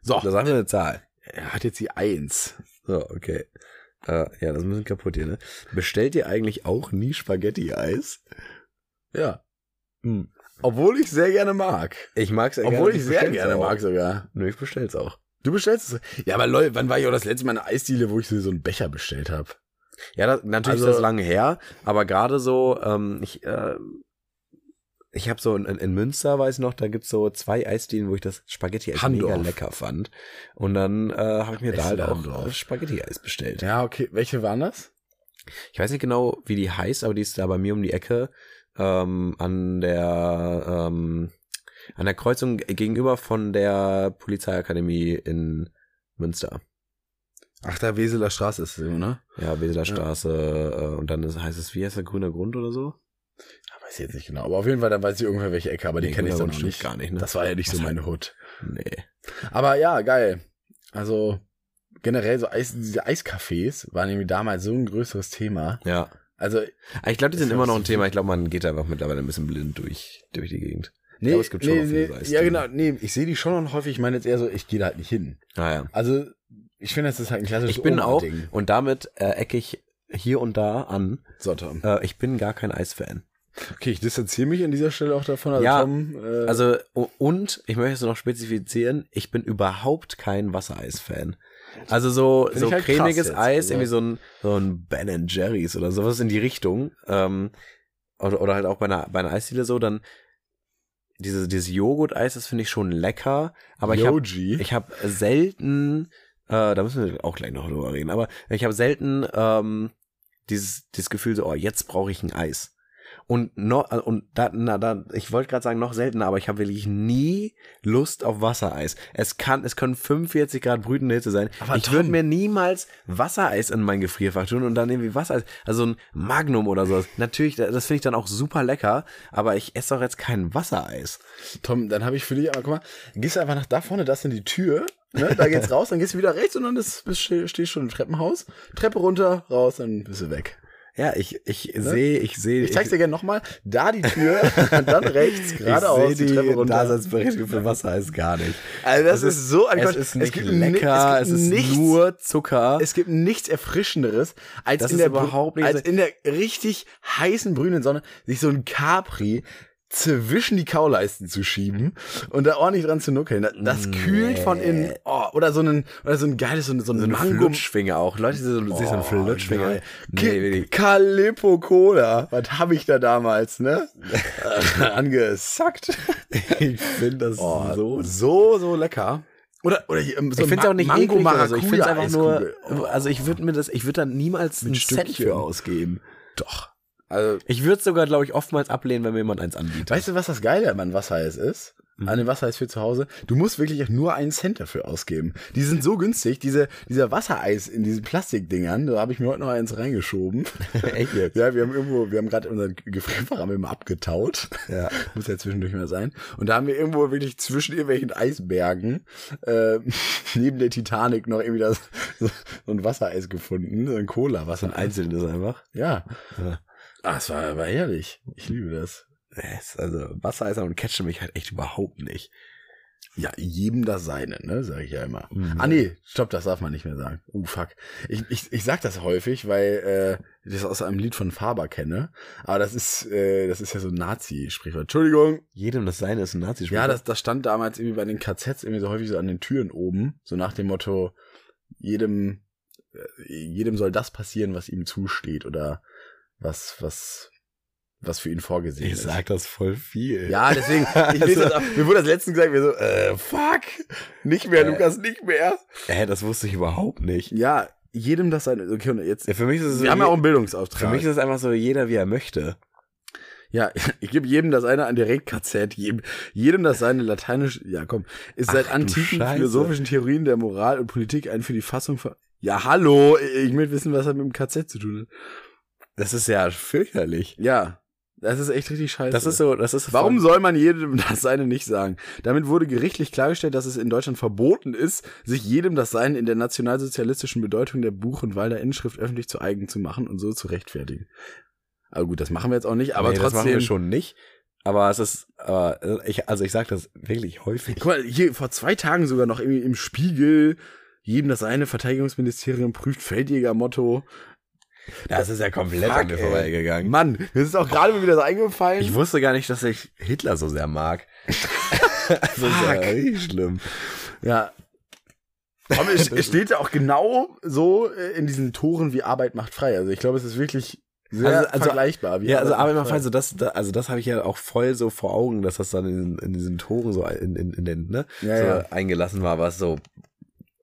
So,
Da sagen wir eine Zahl.
er hat jetzt die Eins.
So, okay. Äh, ja, das ist ein bisschen kaputt hier, ne? Bestellt ihr eigentlich auch nie Spaghetti-Eis?
Ja.
Hm.
Obwohl ich sehr gerne mag.
Ich mag's ja
Mhm. Obwohl
gerne,
ich sehr
bestell's
gerne
auch.
mag sogar.
Nö, ich bestell's auch.
Du bestellst es. Ja, aber lol, wann war ich auch das letzte Mal in einer Eisdiele, wo ich so einen Becher bestellt habe?
Ja, das, natürlich ist
Also-
das lange her, aber gerade so, ähm, ich, äh, ich habe so in, in Münster, weiß ich noch, da gibt's so zwei Eisdielen, wo ich das Spaghetti-Eis mega
Handorf.
lecker fand. Und dann äh, habe ich mir da
Essen
halt auch
Handorf.
äh, Spaghetti-Eis bestellt.
Ja, okay. Welche waren das?
Ich weiß nicht genau, wie die heißt, aber die ist da bei mir um die Ecke ähm, an der ähm, an der Kreuzung gegenüber von der Polizeiakademie in Münster.
Ach, der Weseler Straße ist es immer, ne?
Ja, Weseler Straße äh, und dann ist, heißt es, wie heißt der grüner Grund oder so?
Ja, weiß ich jetzt nicht genau. Aber auf jeden Fall, dann weiß ich ungefähr welche Ecke, aber die
Nee,
kenne ich
Grüner
dann
Grund
noch nicht.
stimmt gar nicht, ne?
Das war ja nicht so
Was
meine Hut.
Nee.
Aber ja, geil. Also generell so Eis, diese Eiscafés waren irgendwie damals so ein größeres Thema.
Ja.
Also,
Aber Ah, Ich glaube, die
Das
sind immer
heißt-
noch ein Thema. Ich glaube, man geht einfach mittlerweile ein bisschen blind durch, durch die Gegend.
nee,
aber es gibt schon
nee,
noch viele
nee,
so
ja
Eisdielen.
genau, nee, ich sehe die schon noch häufig, ich meine jetzt eher so, ich gehe da halt nicht hin.
Ah ja.
Also, ich finde, das ist halt ein klassisches
Ich bin auch,
Oma-Ding.
und damit äh, ecke ich hier und da an,
So, Tom.
äh, ich bin gar kein Eisfan.
Okay, ich distanziere mich an dieser Stelle auch davon. Also
Ja,
Tom, äh,
Also, u- und ich möchte es noch spezifizieren, ich bin überhaupt kein Wassereis-Fan. Also so,
Find
so
ich halt krass
cremiges
jetzt,
Eis,
also.
irgendwie so ein, so ein Ben Jerry's oder sowas in die Richtung. Ähm, oder, oder halt auch bei einer, bei einer Eisdiele so, dann dieses, dieses Joghurt-Eis, das finde ich schon lecker, aber ich habe
Yoji.
ich hab selten, äh, da müssen wir auch gleich noch drüber reden, aber ich habe selten ähm, dieses, dieses Gefühl so, oh, jetzt brauche ich ein Eis. Und noch, und da, na, da, ich wollte gerade sagen, noch seltener, aber ich habe wirklich nie Lust auf Wassereis. Es kann, es können 45 Grad brütende Hitze sein.
Aber
ich würde
Tom-
mir niemals Wassereis in mein Gefrierfach tun und dann irgendwie Wassereis, also ein Magnum oder sowas. Natürlich, da- das finde ich dann auch super lecker, aber ich esse doch jetzt kein Wassereis.
Tom, dann habe ich für dich, aber guck mal, gehst einfach nach da vorne, das in die Tür, ne? da geht's raus, dann gehst du wieder rechts und dann ist, bist, stehst schon im Treppenhaus, Treppe runter, raus, dann bist du weg.
Ja, ich, ich sehe, ich sehe.
Ne? Ich zeig's dir gerne nochmal, da die Tür und dann
*laughs*
rechts, geradeaus die, Treppe runter.
Daseinsberechtigung für Wassereis gar *laughs* nicht.
also das, ist, so ein
es
Quatsch.
ist nicht
ni-
lecker, es, ist
nichts,
nur Zucker.
es gibt nichts Erfrischenderes, als,
Das
in
ist
der, Br-
überhaupt nicht-
als in der richtig heißen brünen Sonne sich so ein Capri zwischen die Kauleisten zu schieben und da ordentlich dran zu nuckeln. Das, das kühlt von innen. Oh, oder so ein oder so ein geiles so ein, so ein
so ein
Mango.
Flutschfinger auch. Leute, die so, oh, so einen Flutschfinger.
geil.
Nee,
Ki-
wirklich.
Calippo Cola. Was habe ich da damals,
*laughs*
ne? Angesackt.
ich finde das
Oh, so, so, so lecker. Oder, oder hier, ähm, so
Ich finde es auch nicht eklig oder so. Ich finde es einfach nur,
Maracuja-Eiskugel.
also ich würde mir das, ich würde da niemals einen Cent
Stückchen.
für ausgeben. Doch.
Also,
Ich würde es sogar, glaube ich, oftmals ablehnen, wenn mir jemand eins anbietet.
weißt du, was das Geile an meinem Wassereis ist? An dem Wassereis für zu Hause? Du musst wirklich auch nur einen Cent dafür ausgeben. Die sind so günstig. Diese, dieser Wassereis in diesen Plastikdingern, da habe ich mir heute noch eins *laughs* reingeschoben.
Echt *laughs* jetzt?
Ja, wir haben irgendwo, wir haben gerade unseren Gefrierfach haben wir immer abgetaut.
Ja.
*laughs* Muss ja zwischendurch mal sein. Und da haben wir irgendwo wirklich zwischen irgendwelchen Eisbergen äh, *laughs* neben der Titanic noch irgendwie das, *laughs* so ein Wassereis gefunden, so ein Cola-Wasser.
Einzelnes einfach.
Ja.
Ja.
Ah, es war aber herrlich. Ich liebe das.
Es- Also Wassereis und catchen mich halt echt überhaupt nicht.
Ja, jedem das Seine, ne, sag ich ja immer.
Mhm.
Ah nee, stopp, das darf man nicht mehr sagen. Uh, fuck. Ich, ich, ich sag das häufig, weil äh, ich das aus einem Lied von Faber kenne. Aber das ist, äh, das ist ja so ein Nazi-Sprichwort. Entschuldigung.
Jedem das Seine ist ein nazi
Ja, das, das stand damals irgendwie bei den KZs irgendwie so häufig so an den Türen oben. So nach dem Motto, jedem, äh, jedem soll das passieren, was ihm zusteht oder was, was, was für ihn vorgesehen
Ich
ist.
sag das voll viel.
Ja, *laughs* deswegen, ich lese das auch, mir wurde das letztens gesagt, wir so, äh, fuck, nicht mehr,
Äh.
Lukas, nicht mehr.
Hä, das wusste ich überhaupt nicht.
Ja, jedem das sein, okay, und jetzt,
Ja, für mich ist es
wir haben ja auch einen Bildungsauftrag.
für mich ist es einfach so jeder wie er möchte.
ja, *laughs* ich gebe jedem das eine an direkt KZ, jedem, jedem das seine lateinisch, ja komm, ist seit
Ach, du
antiken
Scheiße.
philosophischen Theorien der Moral und Politik ein für die Fassung von, ja, hallo, ich will wissen, was er mit dem KZ zu tun hat.
Das ist ja fürchterlich.
Ja, das ist echt richtig scheiße.
Das ist so, das ist
Warum
so
soll man jedem *laughs* das Seine nicht sagen? Damit wurde gerichtlich klargestellt, dass es in Deutschland verboten ist, sich jedem das Seine in der nationalsozialistischen Bedeutung der Buchenwalder Inschrift öffentlich zu eigen zu machen und so zu rechtfertigen. Aber gut, das machen wir jetzt auch nicht, aber
nee, das
trotzdem.
machen wir schon nicht. Aber es ist, aber ich, also ich sag das wirklich häufig.
Guck mal, hier vor zwei Tagen sogar noch irgendwie im Spiegel. Jedem das eine Verteidigungsministerium prüft Feldjägermotto.
Das ist ja komplett
Fuck,
an mir
ey.
vorbeigegangen.
Mann, mir ist auch gerade mal wieder so eingefallen.
Ich wusste gar nicht, dass ich Hitler so sehr mag. das ist ja
Fuck.
richtig schlimm.
Ja. Aber
*laughs*
es, es steht ja auch genau so äh, in diesen Toren wie Arbeit macht frei. Also ich glaube, es ist wirklich sehr
Also- also-
vergleichbar. wie
Ja, also aber immer so das, da, also das habe ich ja auch voll so vor Augen, dass das dann in, in diesen Toren so in, in, in den, ne,
Ja,
so
ja.
eingelassen war, was so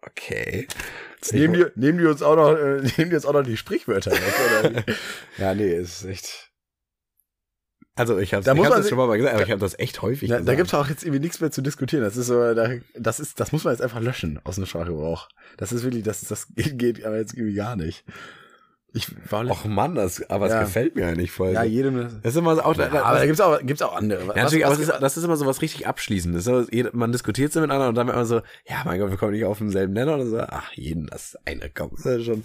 okay.
Jetzt nehmen, die, nehmen die uns auch noch, äh, *laughs* nehmen die uns auch noch die Sprichwörter weg, oder?
*laughs*
wie? ja, nee, ist echt.
Also ich habe
Da
ich
muss
hab's
man
das
sich-
schon mal gesagt, aber ich habe das echt häufig
Da,
gesagt.
da gibt's auch jetzt irgendwie nichts mehr zu diskutieren. Das ist so, da, das ist, das muss man jetzt einfach löschen aus dem Sprachgebrauch. Das ist wirklich, das, das *laughs* geht, geht aber jetzt irgendwie gar nicht. Ich war
Och Mann, das, aber
Ja.
es gefällt mir eigentlich voll.
ja
Ja,
jedem.
das ist immer so auch, da-
aber da gibt's auch, gibt's auch andere.
Ja, natürlich, aber das, ist, das ist immer so was richtig Abschließendes. So, jeder- Man diskutiert so miteinander und dann immer so, ja, mein Gott, wir kommen nicht auf denselben Nenner oder so. Ach, jeden das eine kommt das ist schon.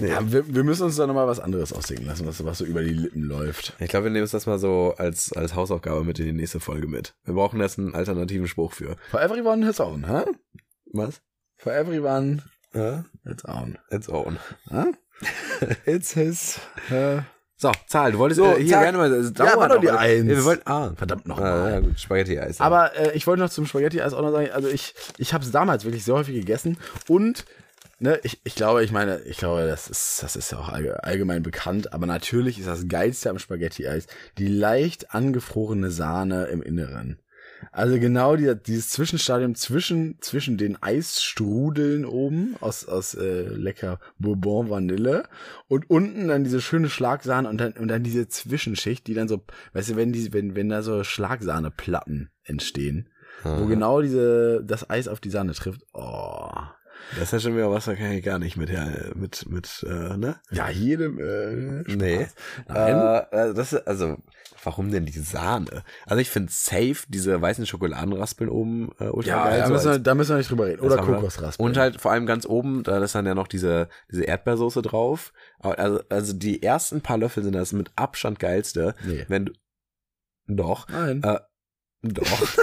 Ja, wir, wir müssen uns da nochmal was anderes ausdenken lassen, was, was so über die Lippen läuft.
Ich glaube, wir nehmen uns das mal so als, als Hausaufgabe mit in die nächste Folge mit. Wir brauchen jetzt einen alternativen Spruch für.
For everyone his own, huh?
Was?
For everyone
Ja?
his own.
It's own. *laughs*
Huh? It's his. äh,
So, Zahl, du wolltest
So,
äh, hier
zack.
random, es
Ja, war
dauert
doch
noch,
die
oder?
Eins.
Ja, wir wollten, ah,
Verdammt noch
Ah,
mal.
ja, gut, Spaghetti-Eis.
Aber äh, ich wollte noch zum Spaghetti-Eis auch noch sagen, also ich, ich habe es damals wirklich sehr häufig gegessen und ne, ich, ich glaube, ich meine, ich glaube, das ist, das ist ja auch allge- allgemein bekannt, aber natürlich ist das Geilste am Spaghetti-Eis die leicht angefrorene Sahne im Inneren. Also genau dieser- dieses Zwischenstadium zwischen, zwischen den Eisstrudeln oben aus, aus äh, lecker Bourbon Vanille und unten dann diese schöne Schlagsahne und dann, und dann diese Zwischenschicht, die dann so, weißt du, wenn, die, wenn, wenn da so Schlagsahneplatten entstehen,
Ah.
wo genau diese, das Eis auf die Sahne trifft. Oh.
das ist ja schon wieder was, da kann ich gar nicht mit, her- mit, mit, äh, ne?
Ja, jedem. Äh, Spaß.
Nee.
Nein.
Äh, also das ist, also, warum denn die Sahne? Also ich finde safe diese weißen Schokoladenraspeln oben äh, ultra
ja,
geil.
da,
so
müssen wir,
als-
da müssen wir nicht drüber reden.
als
Oder
Hammer.
Kokosraspeln.
Und halt vor allem ganz oben, da ist dann ja noch diese, diese Erdbeersoße drauf. Aber Also, also die ersten paar Löffel sind das mit Abstand geilste.
Nee.
Wenn du, doch,
Nein.
äh, doch.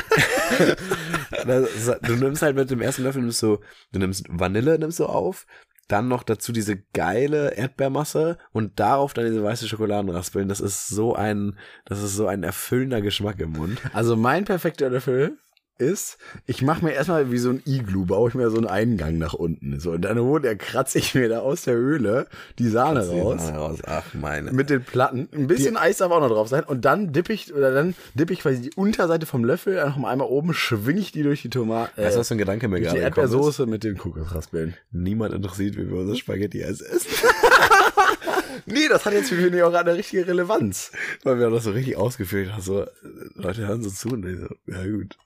das, ist- du nimmst halt mit dem ersten Löffel, nimmst du, du nimmst Vanille, nimmst du auf, dann noch dazu diese geile Erdbeermasse und darauf dann diese weiße Schokoladenraspeln. Das ist so ein, das ist so ein erfüllender Geschmack im Mund.
*laughs* Also mein perfekter Löffel ist, ich mache mir erstmal wie so ein Iglu, baue ich mir so einen Eingang nach unten. So, und dann holt er, kratze ich mir da aus der Höhle die Sahne raus.
raus. Ach meine.
Mit den Platten. Ein bisschen Eis darf auch noch drauf sein. Und dann dippe ich, oder dann dippe ich quasi die Unterseite vom Löffel einfach mal einmal oben, schwing ich die durch die Tomaten. äh,
weißt du, was für ein Gedanke mir
durch
gerade
die
gekommen ist?
Erdbeersoße mit den Kokosraspeln.
Niemand interessiert, wie wir unser Spaghetti-Eis essen.
Nee, das hat jetzt für mich auch eine richtige Relevanz.
*laughs* Weil wir auch noch so richtig ausgefüllt haben, so, äh, Leute hören so zu und ich so, ja gut,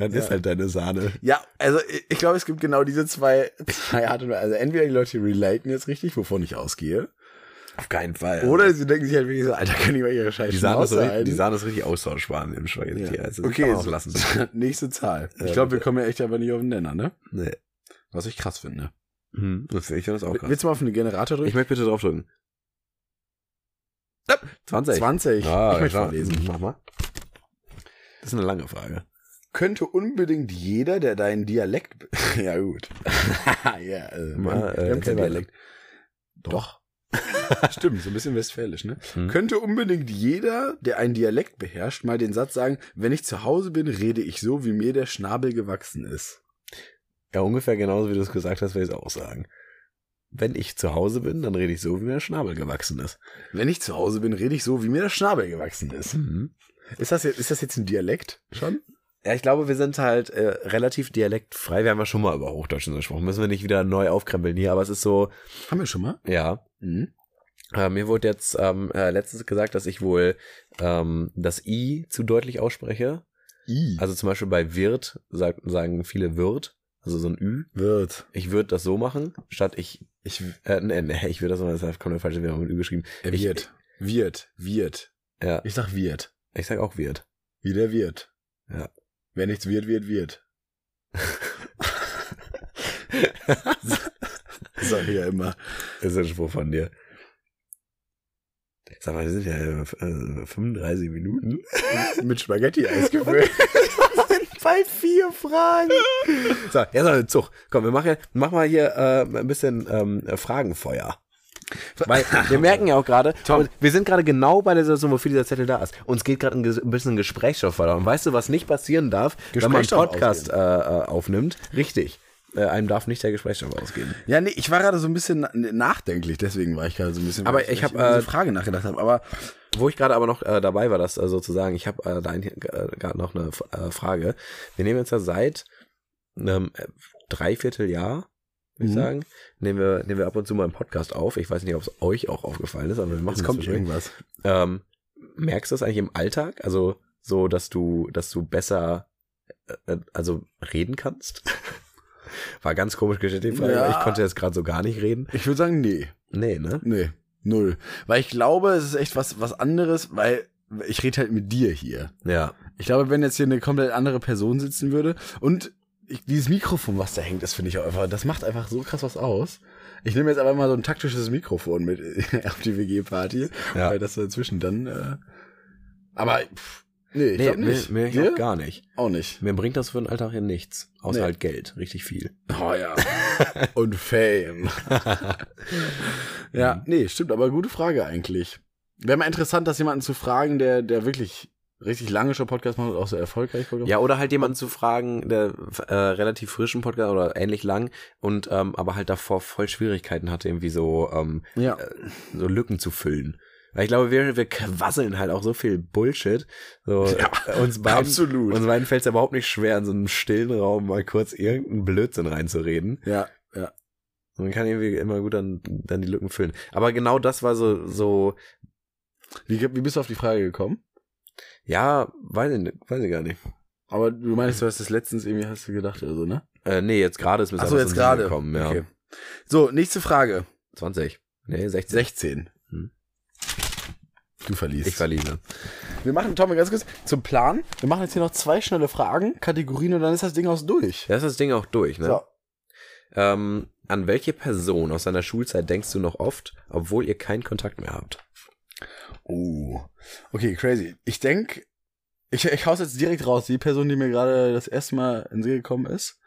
dann ist halt deine Sahne.
Ja, also ich- ich glaube, es gibt genau diese zwei, zwei Arten. und Weisen. Also entweder die Leute relaten jetzt richtig, wovon ich ausgehe.
Auf keinen Fall. Oder
Oder sie denken sich halt wirklich so, Alter, können die mal ihre Scheiße
die Sahne, ist, so richtig-
aushalten.
die Sahne ist richtig austauschbar im Spaghetti.
Ja.
Also, das
Okay,
kann man auch lassen. *laughs*
*laughs* nächste Zahl.
Ja,
Ich glaube, wir kommen ja echt aber nicht auf den Nenner, ne?
nee.
Was ich krass finde.
Hm, das finde ich das auch krass.
Mhm. Willst du mal auf den Generator
Ich
drücken?
möchte bitte draufdrücken. 20.
20. ich
Ah,
Ah, möchte
klar. Ah,
vorlesen.
Mach mal. Das ist eine lange Frage.
könnte unbedingt jeder, der deinen Dialekt. be- *laughs* ja, gut. ja, äh, wir
Mal,
haben- wir
äh,
haben keinen
erzähl
Dialekt.
*laughs*
Doch. Stimmt, so ein bisschen westfälisch, ne?
Hm.
Könnte unbedingt jeder, der einen Dialekt beherrscht, mal den Satz sagen, wenn ich zu Hause bin, rede ich so, wie mir der Schnabel gewachsen ist.
Ja, ungefähr genauso wie du es gesagt hast, will ich es auch sagen. Wenn ich zu Hause bin, dann rede ich so, wie mir der Schnabel gewachsen ist.
Wenn ich zu Hause bin, rede ich so, wie mir der Schnabel gewachsen ist. Ist das jetzt, ist das jetzt ein Dialekt schon?
Ja, ich glaube, wir sind halt äh, relativ dialektfrei. Wir haben ja schon mal über Hochdeutsch und so gesprochen. Müssen wir nicht wieder neu aufkrempeln hier, aber es ist so,
Haben wir schon mal?
ja.
Mhm.
Äh, mir wurde jetzt ähm, äh, letztens gesagt, dass ich wohl ähm, das I zu deutlich ausspreche.
I.
Also zum Beispiel bei Wirt sagt, sagen viele Wirt, also so ein Ü.
wird.
Ich würde das so machen, statt ich,
Ich,
äh, nee, nee, ich würde das so machen, das kommt mir falsch, wir haben mit Ü geschrieben.
er
Ich-
wird. Wird. Wird.
Ja,
Ich sag wird.
ich sag auch Wirt. *laughs*
Wie der wird.
Ja.
Wer nichts wird, wird, wird. Sag ich ja
*laughs*
immer.
Das ist ein Spruch von dir. Sag mal, wir sind ja äh, 35 Minuten. *laughs*
Mit Spaghetti-Eis gefüllt.
Bei vier Fragen. So, jetzt noch ein Zug. Komm, wir machen, ja- mach mal hier äh, ein bisschen ähm, Fragenfeuer. *laughs*
*laughs*
Weil äh, wir merken ja auch gerade,
Tom.
und wir sind gerade genau bei der Situation, wofür dieser Zettel da ist. Uns geht gerade ein, ges- ein bisschen Gesprächsstoff verloren. Weißt du, was nicht passieren darf, wenn man einen
Gesprächsstoff
Podcast äh, äh, aufnimmt? Richtig. Äh, einem darf nicht der Gesprächsstoff ausgehen.
Ja, nee, ich war gerade so ein bisschen na- nachdenklich, deswegen war ich gerade so ein bisschen.
Aber
weil
ich hab,
über diese
äh,
Frage nachgedacht habe, aber
Wo ich gerade aber noch äh, dabei war, das äh, sozusagen, ich habe äh, da ein- äh, gerade noch eine F- äh, Frage. Wir nehmen jetzt ja seit einem äh, Dreivierteljahr, würde ich
Mhm.
sagen, nehmen wir, nehmen wir ab und zu mal einen Podcast auf. Ich weiß nicht, ob es euch auch aufgefallen ist, aber wir machen
jetzt
das
kommt
zwischendurch.
irgendwas.
Ähm, merkst du das eigentlich im Alltag? Also so, dass du, dass du besser äh, äh, also reden *laughs* kannst? War ganz komisch gestellt, die Frage.
Ja.
weil Ich konnte jetzt gerade so gar nicht reden.
Ich würde sagen, nee.
Nee, ne?
Nee, null. Weil ich glaube, es ist echt was, was anderes, weil ich rede halt mit dir hier.
Ja.
Ich glaube, wenn jetzt hier eine komplett andere Person sitzen würde und ich, dieses Mikrofon, was da hängt, das finde ich auch einfach, das macht einfach so krass was aus. Ich nehme jetzt einfach mal so ein taktisches Mikrofon mit *laughs* auf die WG-Party,
Ja.
weil das dazwischen dann, äh, aber, pff, nee, ich
Nee,
glaube
mir,
nicht.
mir ich
Dir?
auch gar nicht.
auch nicht.
Mir bringt das für den Alltag ja nichts. Außer
Nee.
halt Geld. Richtig viel.
Oh ja. *laughs* und Fame. Ja, nee, stimmt, aber gute Frage eigentlich. Wäre mal interessant, das jemanden zu fragen, der, der wirklich richtig lange schon Podcast macht und auch so erfolgreich Podcast
Ja, oder halt jemanden zu fragen, der äh, relativ frischen Podcast oder ähnlich lang und ähm, aber halt davor voll Schwierigkeiten hatte, irgendwie so ähm,
macht. Ja.
so Lücken zu füllen. Weil ich glaube, wir, wir quasseln halt auch so viel Bullshit. So,
*laughs* Ja,
äh, uns beiden,
absolut.
Uns beiden fällt es überhaupt nicht schwer, in so einem stillen Raum mal kurz irgendeinen Blödsinn reinzureden.
Ja, ja.
Und man kann irgendwie immer gut dann, dann die Lücken füllen. Aber genau das war so, so,
Wie, wie bist du auf die Frage gekommen?
ja, weiß ich, nicht- weiß ich gar nicht.
Aber du meinst, du hast das letztens irgendwie hast du gedacht oder so, ne?
Äh, nee, jetzt gerade ist mir
Ach
das
so,
einfach
jetzt
in den Sinn
gerade.
gekommen, ja.
Okay. So, nächste Frage.
20. Nee, 16.
16.
Hm.
Du verliest.
Ich verliere.
Wir machen, Tom, ganz kurz zum Plan. Wir machen jetzt hier noch zwei schnelle Fragen, Kategorien und dann ist das Ding aus durch.
Da ist das Ding auch durch, ne?
So.
Ähm, an welche Person aus deiner Schulzeit denkst du noch oft, obwohl ihr keinen Kontakt mehr habt?
Oh. Okay, crazy. Ich denk, ich, ich hau's jetzt direkt raus, die Person, die mir gerade das erste Mal in den Sinn gekommen ist.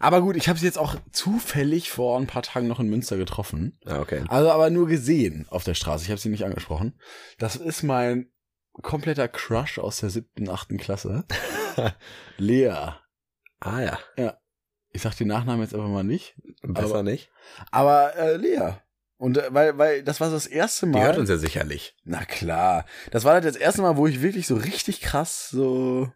Aber gut, ich habe sie jetzt auch zufällig vor ein paar Tagen noch in Münster getroffen.
Ah, okay.
Also aber nur gesehen auf der Straße. Ich habe sie nicht angesprochen. Das ist mein kompletter Crush aus der siebten, achten
*laughs*
Klasse. Lea.
Ah ja.
Ich sag den Nachnamen jetzt einfach mal nicht.
Besser
Aber-
nicht.
Aber äh, Lea. Und äh, weil, weil das war so das erste Mal.
Die hört uns ja sicherlich.
Na klar. Das war halt das erste Mal, wo ich wirklich so richtig krass so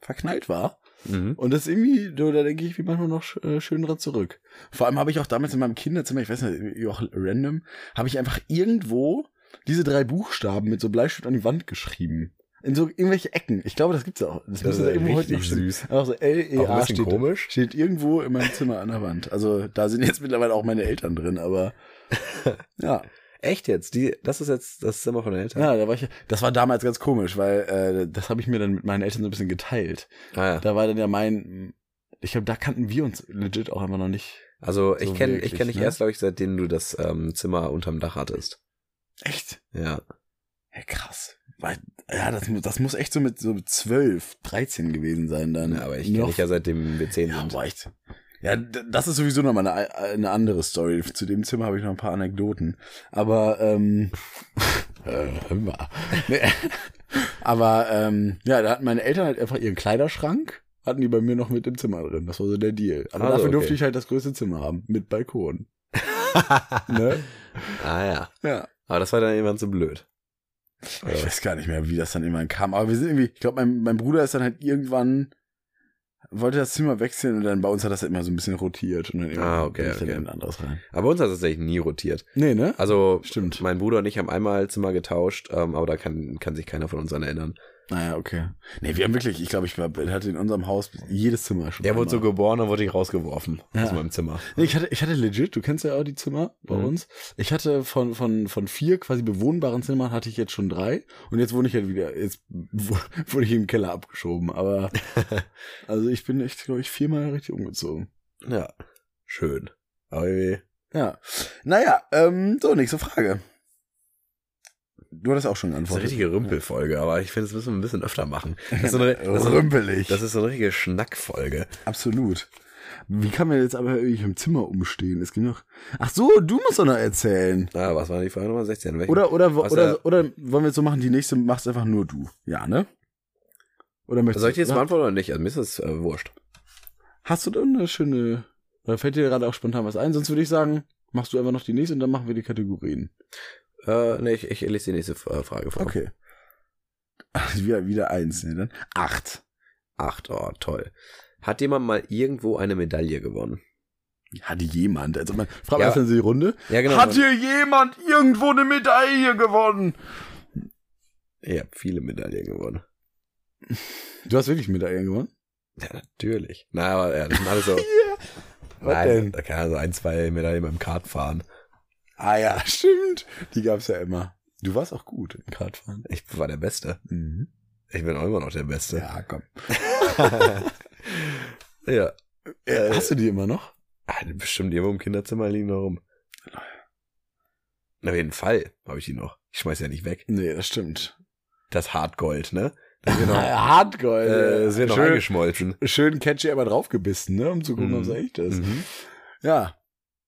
verknallt war. Und das irgendwie, so, da denke ich wie manchmal noch sch- äh, schön dran zurück. Vor allem habe ich auch damals in meinem Kinderzimmer, ich weiß nicht, irgendwie auch random, habe ich einfach irgendwo diese drei Buchstaben mit so Bleistift an die Wand geschrieben. In so irgendwelche Ecken. Ich glaube, das gibt's auch. Das, müsste da irgendwo heute noch stehen.
süß.
Auch so
Auch ein
L-E-A
bisschen
steht,
komisch.
steht irgendwo in meinem Zimmer an der Wand. Also da sind jetzt mittlerweile auch meine Eltern drin,
*laughs*
aber ja.
Echt jetzt? Die, das ist jetzt das Zimmer von den Eltern.
Ja, da war ich, das war damals ganz komisch, weil äh, das habe ich mir dann mit meinen Eltern so ein bisschen geteilt.
Ah, ja.
Da war dann ja mein, ich glaube, da kannten wir uns legit auch einfach noch nicht.
Also
So
ich kenne ich
wirklich,
kenn dich
ne?
erst, glaube ich, seitdem du das ähm, Zimmer unterm Dach hattest.
Echt?
Ja.
Ja, krass. Weil, ja, das, mu- das muss echt so mit so mit 12, 13 gewesen sein dann.
Ja, aber ich kenne dich ja seitdem wir 10
Ja,
sind.
boah, echt. Ja, d- das ist sowieso nochmal eine, eine andere Story. Zu dem Zimmer habe ich noch ein paar Anekdoten. Aber, ähm, *laughs* äh, hör mal. *laughs* Nee. aber, ähm, ja, da hatten meine Eltern halt einfach ihren Kleiderschrank, hatten die bei mir noch mit im Zimmer drin. Das war so der Deal. Aber
Also,
dafür durfte
okay.
ich halt das größte Zimmer haben, mit *laughs* Balkon. ne?
Ah ja.
Ja.
Aber das war dann irgendwann zu blöd.
Ich weiß gar nicht mehr, wie das dann irgendwann kam. Aber wir sind irgendwie, ich glaube, mein, mein Bruder ist dann halt irgendwann, wollte das Zimmer wechseln und dann bei uns hat das halt immer so ein bisschen rotiert und dann irgendwann
Ah, okay,
bin ich dann
okay.
in ein anderes rein.
Aber bei uns hat es tatsächlich nie rotiert.
Nee, ne?
Also,
Stimmt.
mein Bruder und ich haben einmal Zimmer getauscht, ähm, aber da kann, kann sich keiner von uns an erinnern.
Naja, okay. Nee, wir haben wirklich, ich glaube, ich war, hatte in unserem Haus jedes Zimmer schon.
Er wurde so
einmal.
geboren und wurde ich rausgeworfen
Ja.
aus meinem Zimmer.
Nee, ich hatte, ich hatte legit, du kennst ja auch die Zimmer bei
Mhm.
uns. Ich hatte von, von, von vier quasi bewohnbaren Zimmern hatte ich jetzt schon drei. Und jetzt wohne ich halt wieder, jetzt *laughs* wo- wurde ich im Keller abgeschoben.
*laughs*
Aber, also ich bin echt, glaube ich, viermal richtig umgezogen.
Ja. Schön. Aber irgendwie-
Ja. Naja, ähm, so, nächste Frage. Du hattest auch schon
das ist eine
geantwortet.
richtige Rümpelfolge, aber ich finde, das müssen wir ein bisschen
*laughs*
öfter machen. Das ist so eine, das ist so eine,
Rümpelig.
das ist so eine richtige Schnackfolge.
Absolut. Wie kann man jetzt aber irgendwie im Zimmer umstehen? Es ging noch. Ach so, du musst doch noch erzählen.
Ah, was war die Folge Nummer 16? Welche?
Oder, oder,
Was,
oder,
äh,
oder wollen wir jetzt so machen, die nächste machst einfach nur du. Ja, ne? Oder möchtest
Soll ich die jetzt
oder?
beantworten oder nicht? Also mir ist das äh, wurscht.
Hast du denn eine schöne. Da fällt dir gerade auch spontan was ein, sonst würde ich sagen, machst du einfach noch die nächste und dann machen wir die Kategorien.
Äh, nee, ich, ich lese die nächste äh, Frage vor.
Ach, wieder, wieder eins, ne? Dann acht.
Acht, oh, toll. Hat jemand mal irgendwo eine Medaille gewonnen?
Hat jemand. Also man fragt
Ja.
erst mal so die Runde.
Ja, genau.
Hat hier jemand irgendwo eine Medaille gewonnen?
Ich habe viele Medaillen gewonnen.
Du hast wirklich Medaillen gewonnen?
Ja, natürlich. Na, aber ja, das
*laughs*
sind alles so.
Was
Nein,
denn?
da kann also ein, zwei Medaillen beim Kart fahren.
Ah ja, stimmt. Die gab's ja immer. Du warst auch gut im Kartfahren.
Ich war der Beste.
Mhm.
Ich bin auch immer noch der Beste.
Ja,
*laughs*
komm.
ja.
Äh, Hast du die immer noch?
Ah, die bestimmt irgendwo im Kinderzimmer liegen noch rum. Auf jeden Fall habe ich die noch. Ich schmeiß ja nicht weg.
Nee, das stimmt.
Das Hartgold, ne?
*laughs* Ah, Hardgold.
Äh,
Äh,
es wird noch
schön,
eingeschmolzen.
schön catchy, aber draufgebissen, ne? Um zu gucken,
Mhm.
ob's echt ist. Ja.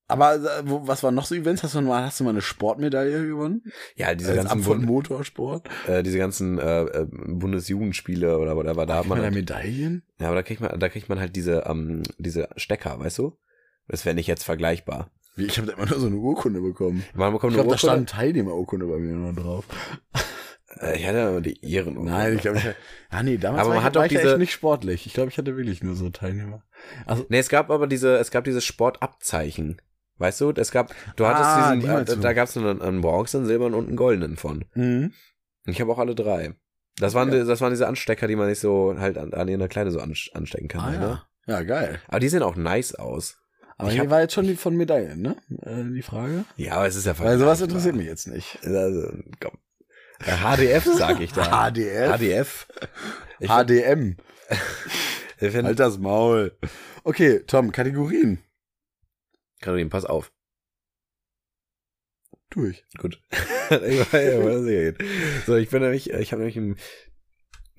Aber äh, wo- was waren noch so Events? Hast du mal, hast du mal eine Sportmedaille gewonnen?
Ja, diese
Als
ganzen,
Ab von
Bund-
Motorsport.
äh, diese ganzen äh, äh, Bundesjugendspiele oder whatever, da hat man.
Meine
Halt,
Medaillen?
ja, aber da kriegt man, da kriegt man halt diese, ähm, diese Stecker, weißt du? Das wäre nicht jetzt vergleichbar.
Wie, Ich habe da immer nur so eine Urkunde bekommen.
Man bekommt
Ich
eine
glaube, da
Urkunde.
stand Teilnehmerurkunde bei mir noch drauf.
Äh, ich hatte aber die Ehren.
Nein, ich glaube, ich Ah, nee, damals
Aber
war
man
ich,
hat
war
doch
ich ja
diese-
echt nicht sportlich. Ich glaube, ich hatte wirklich nur so Teilnehmer.
Nee, es gab aber diese, es gab dieses Sportabzeichen. Weißt du, es gab, du hattest
Ah, die
diesen,
meinst
äh,
du.
da gab es einen, einen Bronze, einen Silbern und einen Goldenen von.
Mhm.
Ich habe auch alle drei. Das waren, die- das waren diese Anstecker, die man nicht so halt an, an ihrer Kleine so an, anstecken kann.
Ah,
ne?
ja. ja, geil.
Aber die sehen auch nice aus.
Aber
Ich
hier
hab-
war jetzt schon die von Medaillen, ne? Äh, die Frage.
Ja, aber es ist ja
Weil sowas
vergleichbar.
interessiert mich jetzt nicht.
Also, komm. Äh, HDF sag
*laughs*
ich da.
HDF?
HDF. Ich find-
HDM.
ich find-
Halt das Maul. Okay, Tom, Kategorien.
Caroline, pass auf.
Durch.
Gut. *laughs* Ich weiß, wo das hier geht. so, ich bin nämlich, ich habe nämlich einen,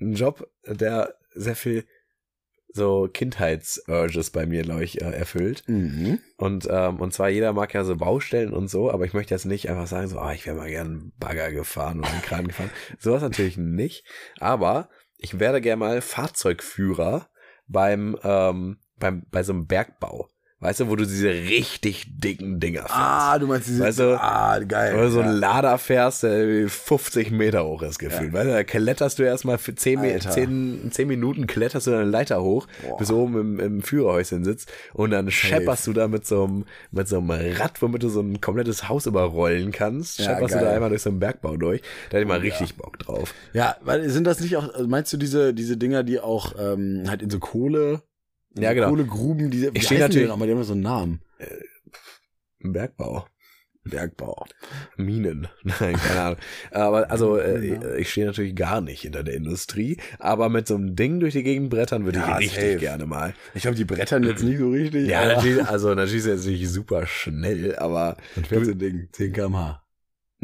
einen Job, der sehr viel so Kindheitsurges bei mir, glaube ich, äh, erfüllt.
Mhm.
Und, ähm, und zwar jeder mag ja so Baustellen und so, aber ich möchte jetzt nicht einfach sagen, so, ah, ich wäre mal gern einen Bagger gefahren oder einen Kran gefahren. *laughs* Sowas natürlich nicht. Aber ich werde gerne mal Fahrzeugführer beim, ähm, beim, bei so einem Bergbau. Weißt du, wo du diese richtig dicken Dinger fährst.
Ah, du meinst diese.
Weißt du,
ah, geil.
Oder so ein
ja.
Lader fährst, der irgendwie 50 Meter hoch ist gefühlt. Weißt du, da kletterst du erstmal für 10, Mi-
Alter.
10, 10 Minuten, kletterst du deine Leiter hoch,
Boah.
bis du oben im, im Führerhäuschen sitzt und dann schepperst du da mit so, einem, mit so einem Rad, womit du so ein komplettes Haus überrollen kannst,
Ja,
schepperst du da
geil. Oh,
einmal durch so einen Bergbau durch. Da hätte ich mal richtig Bock drauf.
ja, weil sind das nicht auch, also meinst du diese, diese Dinger, die auch ähm, halt in so Kohle, in
Ja,
so
genau.
Kohlegruben, diese,
Ich steh natürlich-
aber die haben doch so einen Namen.
Im Bergbau.
Bergbau.
Minen. *laughs* Nein, keine Ahnung. Aber also, äh, ich stehe natürlich gar nicht hinter der Industrie, aber mit so einem Ding durch die Gegend brettern würde
Ja,
ich richtig
safe.
gerne mal.
Ich glaube, die brettern jetzt nicht so richtig.
Ja,
aber-
natürlich, also natürlich ist er jetzt nicht super schnell, aber
Dann fährt so ein Ding. 10 kmh.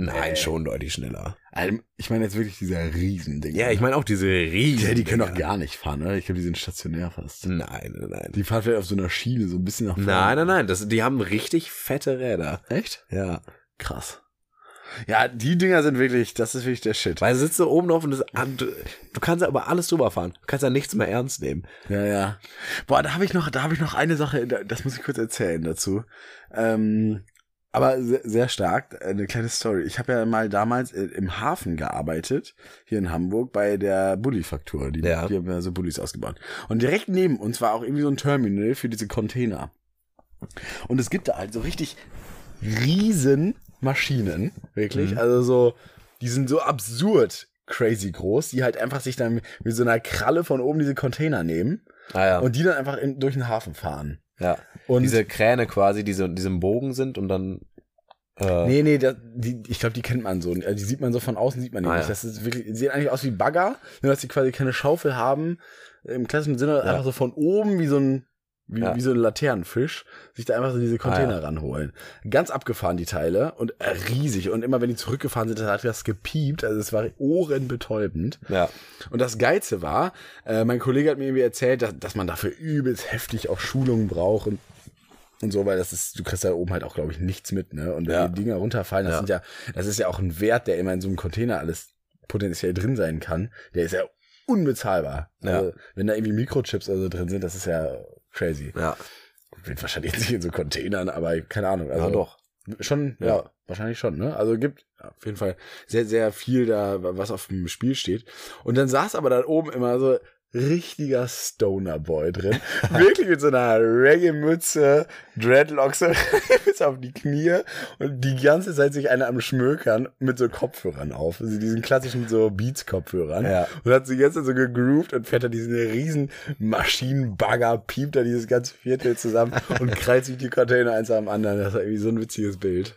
Nein, schon deutlich schneller.
Also, Ich meine jetzt wirklich diese Riesendinge.
Ja, ich meine auch diese riesen.
Ja, die können doch gar nicht fahren, oder? Ich glaube, die sind stationär fast.
Nein, nein, nein.
Die fahren vielleicht auf so einer Schiene so ein bisschen nach vorne.
Nein, nein, nein. Das, die haben richtig fette Räder.
Echt?
Ja.
Krass. Ja, die Dinger sind wirklich, das ist wirklich der Shit.
Weil du sitzt so oben drauf und das, du, du kannst da aber alles drüber fahren. Du kannst da nichts mehr ernst nehmen.
Ja, ja. Boah, da habe ich noch, da habe ich noch eine Sache, da- das muss ich kurz erzählen dazu. Ähm, aber sehr, sehr stark, äh, eine kleine Story. Ich habe ja mal damals i- im Hafen gearbeitet, hier in Hamburg, bei der Bulli-Faktur. Die,
Ja.
die haben ja so Bullis ausgebaut. Und direkt neben uns war auch irgendwie so ein Terminal für diese Container. Und es gibt da halt so richtig riesen Maschinen, wirklich. Also so, die sind so absurd crazy groß, die halt einfach sich dann mit so einer Kralle von oben diese Container nehmen
Ah ja.
und die dann einfach in, durch den Hafen fahren.
ja.
Und
diese Kräne quasi, die so in diesem Bogen sind und dann. Äh,
nee, nee, das, die, ich glaube, die kennt man so. Äh, Die sieht man so von außen, sieht man die
Ah,
nicht.
ja.
Das ist wirklich, die sehen eigentlich aus wie Bagger, nur dass die quasi keine Schaufel haben. Im klassischen Sinne einfach so von oben wie so ein wie,
Ja.
wie so ein Laternenfisch, sich da einfach so diese Container
Ah,
ranholen. Ganz abgefahren die Teile und äh, riesig. Und immer wenn die zurückgefahren sind, dann hat das gepiept. Also es war ohrenbetäubend.
Ja.
Und das Geilste war, äh, mein Kollege hat mir irgendwie erzählt, dass, dass man dafür übelst heftig auch Schulungen braucht und, und so, weil das ist, du kriegst da oben halt auch, glaube ich, nichts mit, ne? Und wenn
Ja.
die Dinger runterfallen, das
Ja.
sind ja, das ist ja auch ein Wert, der immer in so einem Container alles potenziell drin sein kann. Der ist ja unbezahlbar.
Ja.
Also, wenn da irgendwie Mikrochips also drin sind, das ist ja crazy.
Ja.
Wird wahrscheinlich *laughs* jetzt nicht in so Containern, aber keine Ahnung. Also
ja, doch.
Schon, ja.
Ja.
wahrscheinlich schon, ne? Also gibt auf jeden Fall sehr, sehr viel da, was auf dem Spiel steht. Und dann saß aber da oben immer so richtiger Stoner-Boy *laughs* drin. Wirklich mit so einer Reggae-Mütze, Dreadlocks *laughs* bis auf die Knie und die ganze Zeit sich einer am Schmökern mit so Kopfhörern auf. Also diesen klassischen so Beats-Kopfhörern.
Ja.
Und hat sich jetzt so gegroovt und fährt da diesen riesen Maschinenbagger, piept da dieses ganze Viertel *laughs* zusammen und krallt sich die Container eins am anderen. Das war irgendwie so ein witziges Bild.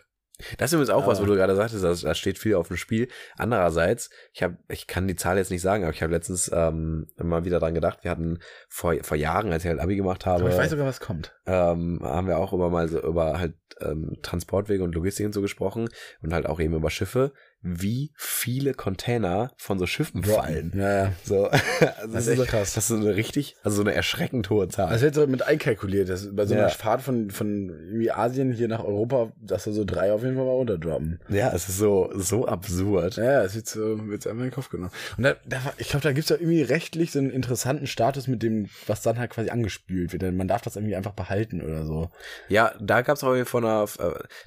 Das ist übrigens auch was, wo
Ah.
du gerade sagtest, da, da steht viel auf dem Spiel. Andererseits, ich habe, ich kann die Zahl jetzt nicht sagen, aber ich habe letztens ähm, mal wieder dran gedacht, wir hatten vor, vor Jahren, als ich halt Abi gemacht habe,
sogar, was kommt.
ähm, haben wir auch immer mal so über halt ähm, Transportwege und Logistik und so gesprochen und halt auch eben über Schiffe, wie viele Container von so Schiffen fallen.
Ja, ja.
So, *laughs* also
Das ist
so-
echt krass.
Das ist so eine richtig, also so eine erschreckend hohe Zahl.
Das Also wird so mit einkalkuliert, dass bei so einer
Ja.
Fahrt von, von irgendwie Asien hier nach Europa, dass da so drei auf jeden Fall mal runterdroppen.
ja, es ist so, so absurd.
Ja, es wird so, wird's einmal in den Kopf genommen. Und da, da war- ich glaube, da gibt's ja irgendwie rechtlich so einen interessanten Status mit dem, was dann halt quasi angespült wird. Denn man darf das irgendwie einfach behalten oder so.
Ja, da gab's auch irgendwie von einer. Äh, das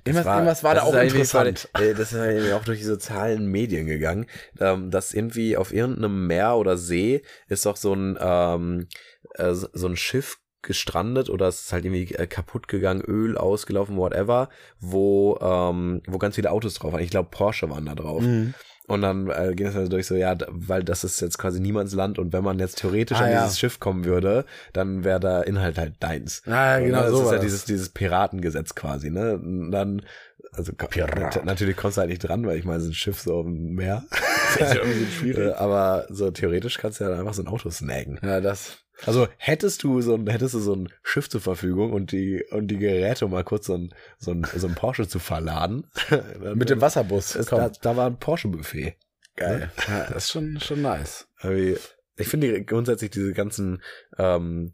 Irgendwas- irgendwas war
das
da
ist
auch
eigentlich
interessant.
Gerade, äh, das ist irgendwie auch durch die sozialen Medien gegangen, ähm, dass irgendwie auf irgendeinem Meer oder See ist doch so ein ähm, äh, so ein Schiff gestrandet oder es ist halt irgendwie äh, kaputt gegangen, Öl ausgelaufen, whatever, wo ähm, wo ganz viele Autos drauf waren. Ich glaube Porsche waren da drauf.
Mhm.
Und dann äh, ging es also durch so, ja, d- weil das ist jetzt quasi niemands Land und wenn man jetzt theoretisch
Ah,
an
ja.
dieses Schiff kommen würde, dann wäre der Inhalt halt deins.
Ah, ja, genau,
Das
so
ist
war
ja
das.
dieses, dieses Piratengesetz quasi, ne? Und Dann, also
Pirat.
nat- natürlich kommst du halt nicht dran, weil ich meine, es ist ein Schiff so im Meer.
*laughs* Das ist ja irgendwie schwierig.
Äh, Aber so theoretisch kannst du ja dann einfach so ein Auto snaggen.
Ja, das.
Also hättest du so ein, hättest du so ein Schiff zur Verfügung und die, und die Geräte, um mal kurz so ein, so ein, so ein Porsche zu verladen. *laughs* dann-
Mit dem Wasserbus.
ist, da,
kommt.
da war ein Porsche-Buffet.
Äh, Geil. Ne? Ja, das ist schon, schon nice.
Irgendwie, ich finde die- grundsätzlich diese ganzen, ähm,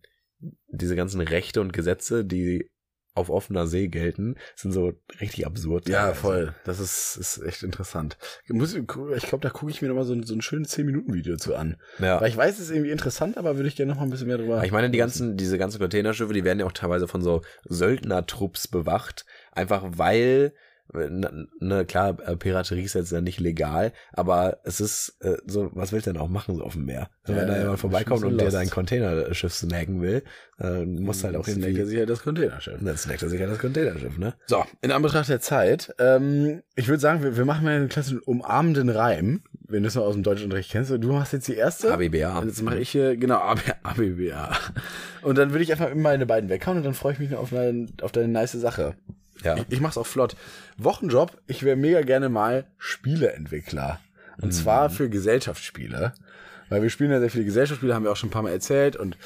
diese ganzen Rechte und Gesetze, die auf offener See gelten, sind so richtig absurd.
Ja, also
teilweise.
voll. Das ist, ist echt interessant. Ich, muss- ich glaube, da gucke ich mir nochmal so ein, so ein schönes 10-Minuten-Video zu an.
Ja.
Weil ich weiß, es ist irgendwie interessant, aber würde ich gerne nochmal ein bisschen mehr drüber.
Ich meine, die ganzen, diese ganzen Containerschiffe, die werden ja auch teilweise von so Söldnertrupps bewacht, einfach weil, äh, ne, ne, klar, äh, Piraterie ist jetzt ja nicht legal, aber es ist äh, so, was willst du denn auch machen so auf dem Meer?
Ja,
Wenn da
ja,
jemand
das
vorbeikommt
stimmt, so
und dir
lost.
dein Containerschiff snacken will, äh, musst du halt auch
Dann snackt er
irgendwie,
sich halt das Containerschiff.
dann snackt er sich ja das Containerschiff, ne?
So, in Anbetracht der Zeit, ähm, ich würde sagen, wir, wir machen mal einen klassischen umarmenden Reim, wenn du es noch aus dem Deutschunterricht kennst. Du machst jetzt die erste.
ABBA.
Und Jetzt Ne? mache ich hier, genau, AB, ABBA. Und dann würde ich einfach immer meine beiden weghauen und dann freue ich mich noch auf, deine- auf deine nice Sache.
Ja.
Ich, ich mach's auch flott. Wochenjob, ich wäre mega gerne mal Spieleentwickler. Und zwar für Gesellschaftsspiele. Weil wir spielen ja sehr viele Gesellschaftsspiele, haben wir auch schon ein paar Mal erzählt. Und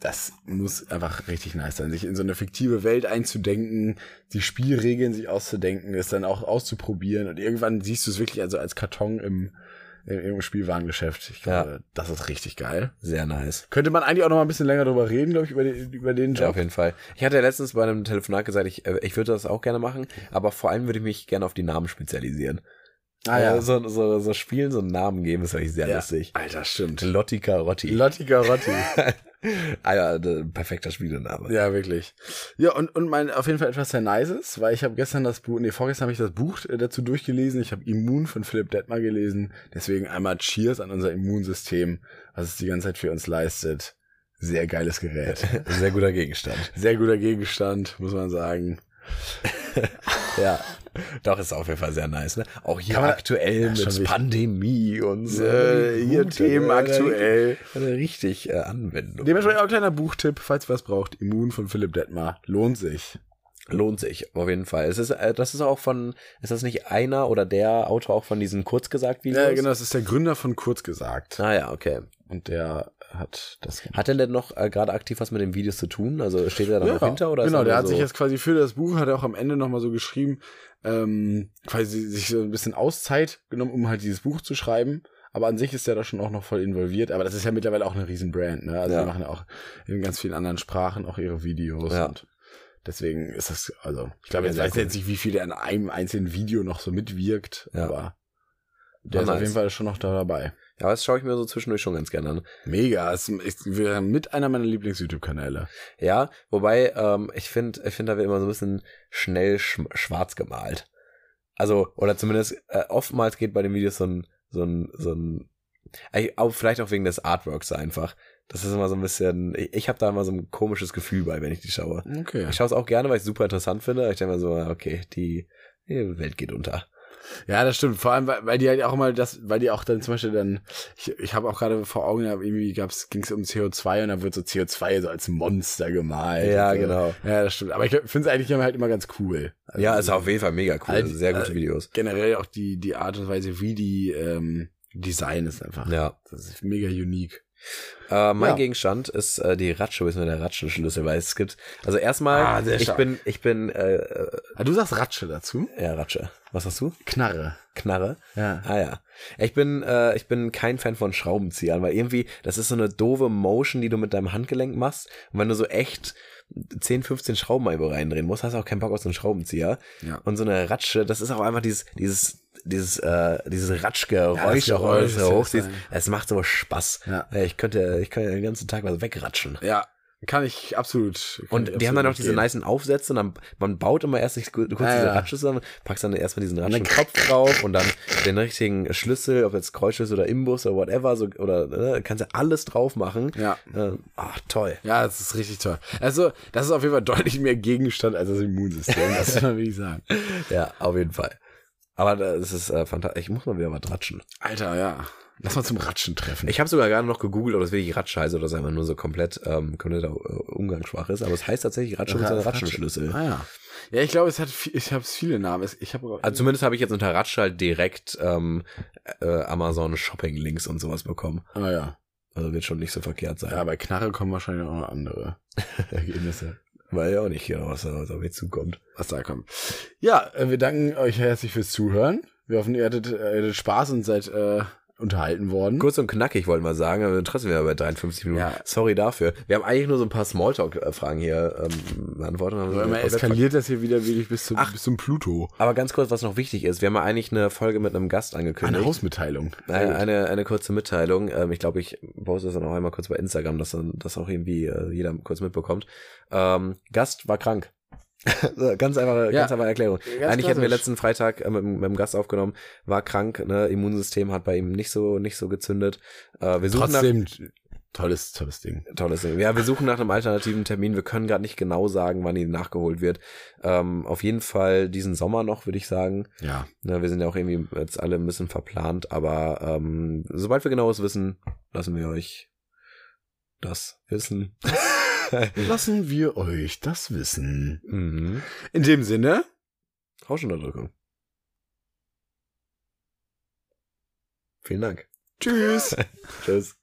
das muss einfach richtig nice sein, sich in so eine fiktive Welt einzudenken, die Spielregeln sich auszudenken, es dann auch auszuprobieren und irgendwann siehst du es wirklich also als Karton im, im, im Spielwarengeschäft. Ich glaube, das ist richtig geil.
Sehr nice.
Könnte man eigentlich auch noch mal ein bisschen länger drüber reden, glaube ich, über den, über den
Ja,
Job.
auf jeden Fall. Ich hatte ja letztens bei einem Telefonat gesagt, ich, äh, ich würde das auch gerne machen, aber vor allem würde ich mich gerne auf die Namen spezialisieren.
ah ja,
Äh, So, so, so Spielen so einen Namen geben, ist eigentlich sehr
Ja.
lustig.
Alter, stimmt.
Lotti Carotti. *laughs*
Lotti Garotti.
Alter, d- Ah perfekter Spielename.
ja, wirklich. Ja, und, und mein, auf jeden Fall etwas sehr Nices, weil ich habe gestern das Buch, nee, vorgestern habe ich das Buch äh, dazu durchgelesen. Ich habe Immun von Philipp Detmer gelesen. Deswegen einmal Cheers an unser Immunsystem, was es die ganze Zeit für uns leistet. Sehr geiles Gerät.
Sehr guter Gegenstand.
Sehr guter Gegenstand, muss man sagen.
ja. Doch, ist auf jeden Fall sehr nice, ne? Auch hier
Kann man-
aktuell
Ja, schon
mit
wichtig.
Pandemie und so.
Äh, hier
Gut,
Themen
äh,
aktuell.
Eine richtig äh, Anwendung.
Dementsprechend auch ein kleiner Buchtipp, falls ihr was braucht. Immun von Philipp Detmer. Lohnt sich.
Lohnt sich, auf jeden Fall. Es ist, äh, das ist auch von, ist das nicht einer oder der Autor auch von diesen Kurzgesagt-Videos?
Ja, genau, das ist der Gründer von Kurz gesagt.
Ah ja, okay.
Und der hat das gemacht.
Hat er denn noch äh, gerade aktiv was mit den Videos zu tun? Also steht er da noch hinter? Oder
genau,
ist er
der
nur
hat
so,
sich jetzt quasi für das Buch, hat er auch am Ende nochmal so geschrieben, ähm, quasi sich so ein bisschen Auszeit genommen, um halt dieses Buch zu schreiben. Aber an sich ist er da schon auch noch voll involviert. Aber das ist ja mittlerweile auch eine riesen Brand, ne? Also
Ja.
die machen ja auch in ganz vielen anderen Sprachen auch ihre Videos.
Ja.
Und deswegen ist das, also, ich glaube,
Ja,
jetzt
sehr
weiß ich
cool.
jetzt nicht, wie viel er an einem einzelnen Video noch so mitwirkt.
Ja.
Aber der
Ah,
ist auf
nice.
jeden Fall schon noch da dabei.
Ja, das schaue ich mir so zwischendurch schon ganz gerne an.
Mega, ist, ist mit einer meiner Lieblings-YouTube-Kanäle.
Ja, wobei, ähm, ich finde, ich find, da wird immer so ein bisschen schnell sch schwarz gemalt. Also, oder zumindest äh, oftmals geht bei den Videos so ein, so ein, so ein, Ey, aber vielleicht auch wegen des Artworks einfach. Das ist immer so ein bisschen, ich, ich habe da immer so ein komisches Gefühl bei, wenn ich die schaue.
Okay.
Ich schaue es auch gerne, weil ich es super interessant finde. aber Ich denke mir so, ja, okay, die, die Welt geht unter.
Ja, das stimmt. Vor allem, weil, weil die halt auch mal das, weil die auch dann zum Beispiel dann, ich, ich habe auch gerade vor Augen, gehabt, irgendwie gab's, ging's um CO2 und dann wird so CO2 so als Monster gemalt.
ja,
und so.
genau.
Ja, das stimmt. Aber ich finde es eigentlich immer halt immer ganz cool. Also
ja, ist auf jeden Fall mega cool. Also
Halt,
Sehr gute
äh,
Videos.
generell auch die, die Art und Weise, wie die ähm, Design ist einfach.
Ja.
Das ist mega unique.
Äh, mein
Ja.
Gegenstand ist äh, die Ratsche, ist mir der Ratschenschlüssel, weil es gibt. Also erstmal,
Ah, sehr
ich
stark.
bin, ich bin, äh, äh,
Ah, du sagst Ratsche dazu?
ja, Ratsche. Was hast du?
Knarre.
Knarre.
Ja.
Ah ja. Ich bin, äh, ich bin kein Fan von Schraubenziehern, weil irgendwie, das ist so eine doofe Motion, die du mit deinem Handgelenk machst. Und wenn du so echt 10, 15 Schrauben mal irgendwo reindrehen musst, hast du auch keinen Bock auf so einen Schrraubenzieher.
Ja.
Und so eine Ratsche, das ist auch einfach dieses, dieses, dieses, äh, dieses Ratschgeräusch,
Ja, das
auch wenn
Geräusch
du es
ist
so hochziehst.
geil.
Es macht so Spaß. Äh,
Ja.
Ich könnte, ich könnte den ganzen Tag was wegratschen.
Ja, kann ich absolut. kann
Und
ich
die haben dann
absolut
auch diese
mitgehen.
nicen Aufsätze und dann, man baut immer erst sich kurz
Ah,
diese
ja.
Ratsche zusammen, packst dann erstmal diesen
Und dann *laughs*
Ratschenkopf drauf und dann den richtigen Schlüssel, ob jetzt Kreuzschlüssel oder Imbus oder whatever, so, oder ne, kannst ja alles drauf machen.
Ja.
Äh, ach, toll.
Ja, das ist richtig toll. Also, das ist auf jeden Fall deutlich mehr Gegenstand als das Immunsystem, das
*laughs*
muss man wirklich sagen.
Ja, auf jeden Fall. Aber das ist äh, fantastisch. Ich muss mal wieder mal ratschen.
Alter, ja. Lass mal zum Ratschen treffen.
Ich habe sogar gerade noch gegoogelt, ob das wirklich Ratsche heißt oder das einfach nur so komplett ähm, kompletter äh, Umgangssprache ist. Aber es heißt tatsächlich Ratsche mit
Ra-
seinem
Ratsche.
Ratschenschlüssel.
ah ja. Ja, ich glaube, es hat viel, ich habe viele Namen. Es- Ich habe
Also zumindest habe ich jetzt unter Ratsch halt direkt ähm, äh, Amazon Shopping Links und sowas bekommen.
ah ja.
Also wird schon nicht so verkehrt sein.
Ja, bei Knarre kommen wahrscheinlich auch noch andere Ergebnisse, *laughs*
Weil ja auch nicht genau, was da was auf mich zukommt.
was da kommt. Ja, äh, wir danken euch herzlich fürs Zuhören. Wir hoffen, ihr hattet, äh, ihr hattet Spaß und seid äh, unterhalten worden.
Kurz und knackig wollten wir sagen, aber trotzdem wären wir bei 53 Minuten.
Ja.
Sorry dafür. Wir haben eigentlich nur so ein paar Smalltalk-Fragen hier ähm, beantwortet.
So, immer eskaliert das hier wieder wirklich bis zum, bis zum Pluto.
Aber ganz kurz, was noch wichtig ist. Wir haben ja eigentlich eine Folge mit einem Gast angekündigt.
Eine Hausmitteilung.
Eine, eine, eine kurze Mitteilung. Ähm, ich glaube, ich poste es dann auch einmal kurz bei Instagram, dass dann das auch irgendwie äh, jeder kurz mitbekommt. Ähm, Gast war krank. *laughs* So, ganz einfache,
Ja.
ganz einfache Erklärung.
Ganz
Eigentlich hatten wir
klassisch.
letzten Freitag äh, mit, dem- mit dem Gast aufgenommen, war krank, ne? Immunsystem hat bei ihm nicht so nicht so gezündet. Äh, wir suchen
Trotzdem, tolles, tolles Ding.
nach tolles Ding. Ja, wir suchen nach einem alternativen Termin. Wir können gerade nicht genau sagen, wann ihn nachgeholt wird. Ähm, auf jeden Fall diesen Sommer noch, würde ich sagen.
Ja,
Ne, wir sind ja auch irgendwie jetzt alle ein bisschen verplant, aber ähm, sobald wir genaues wissen, lassen wir euch das wissen.
lassen wir euch das wissen.
mhm.
In dem Sinne,
Rauschunterdrückung. Vielen Dank.
tschüss.
Tschüss.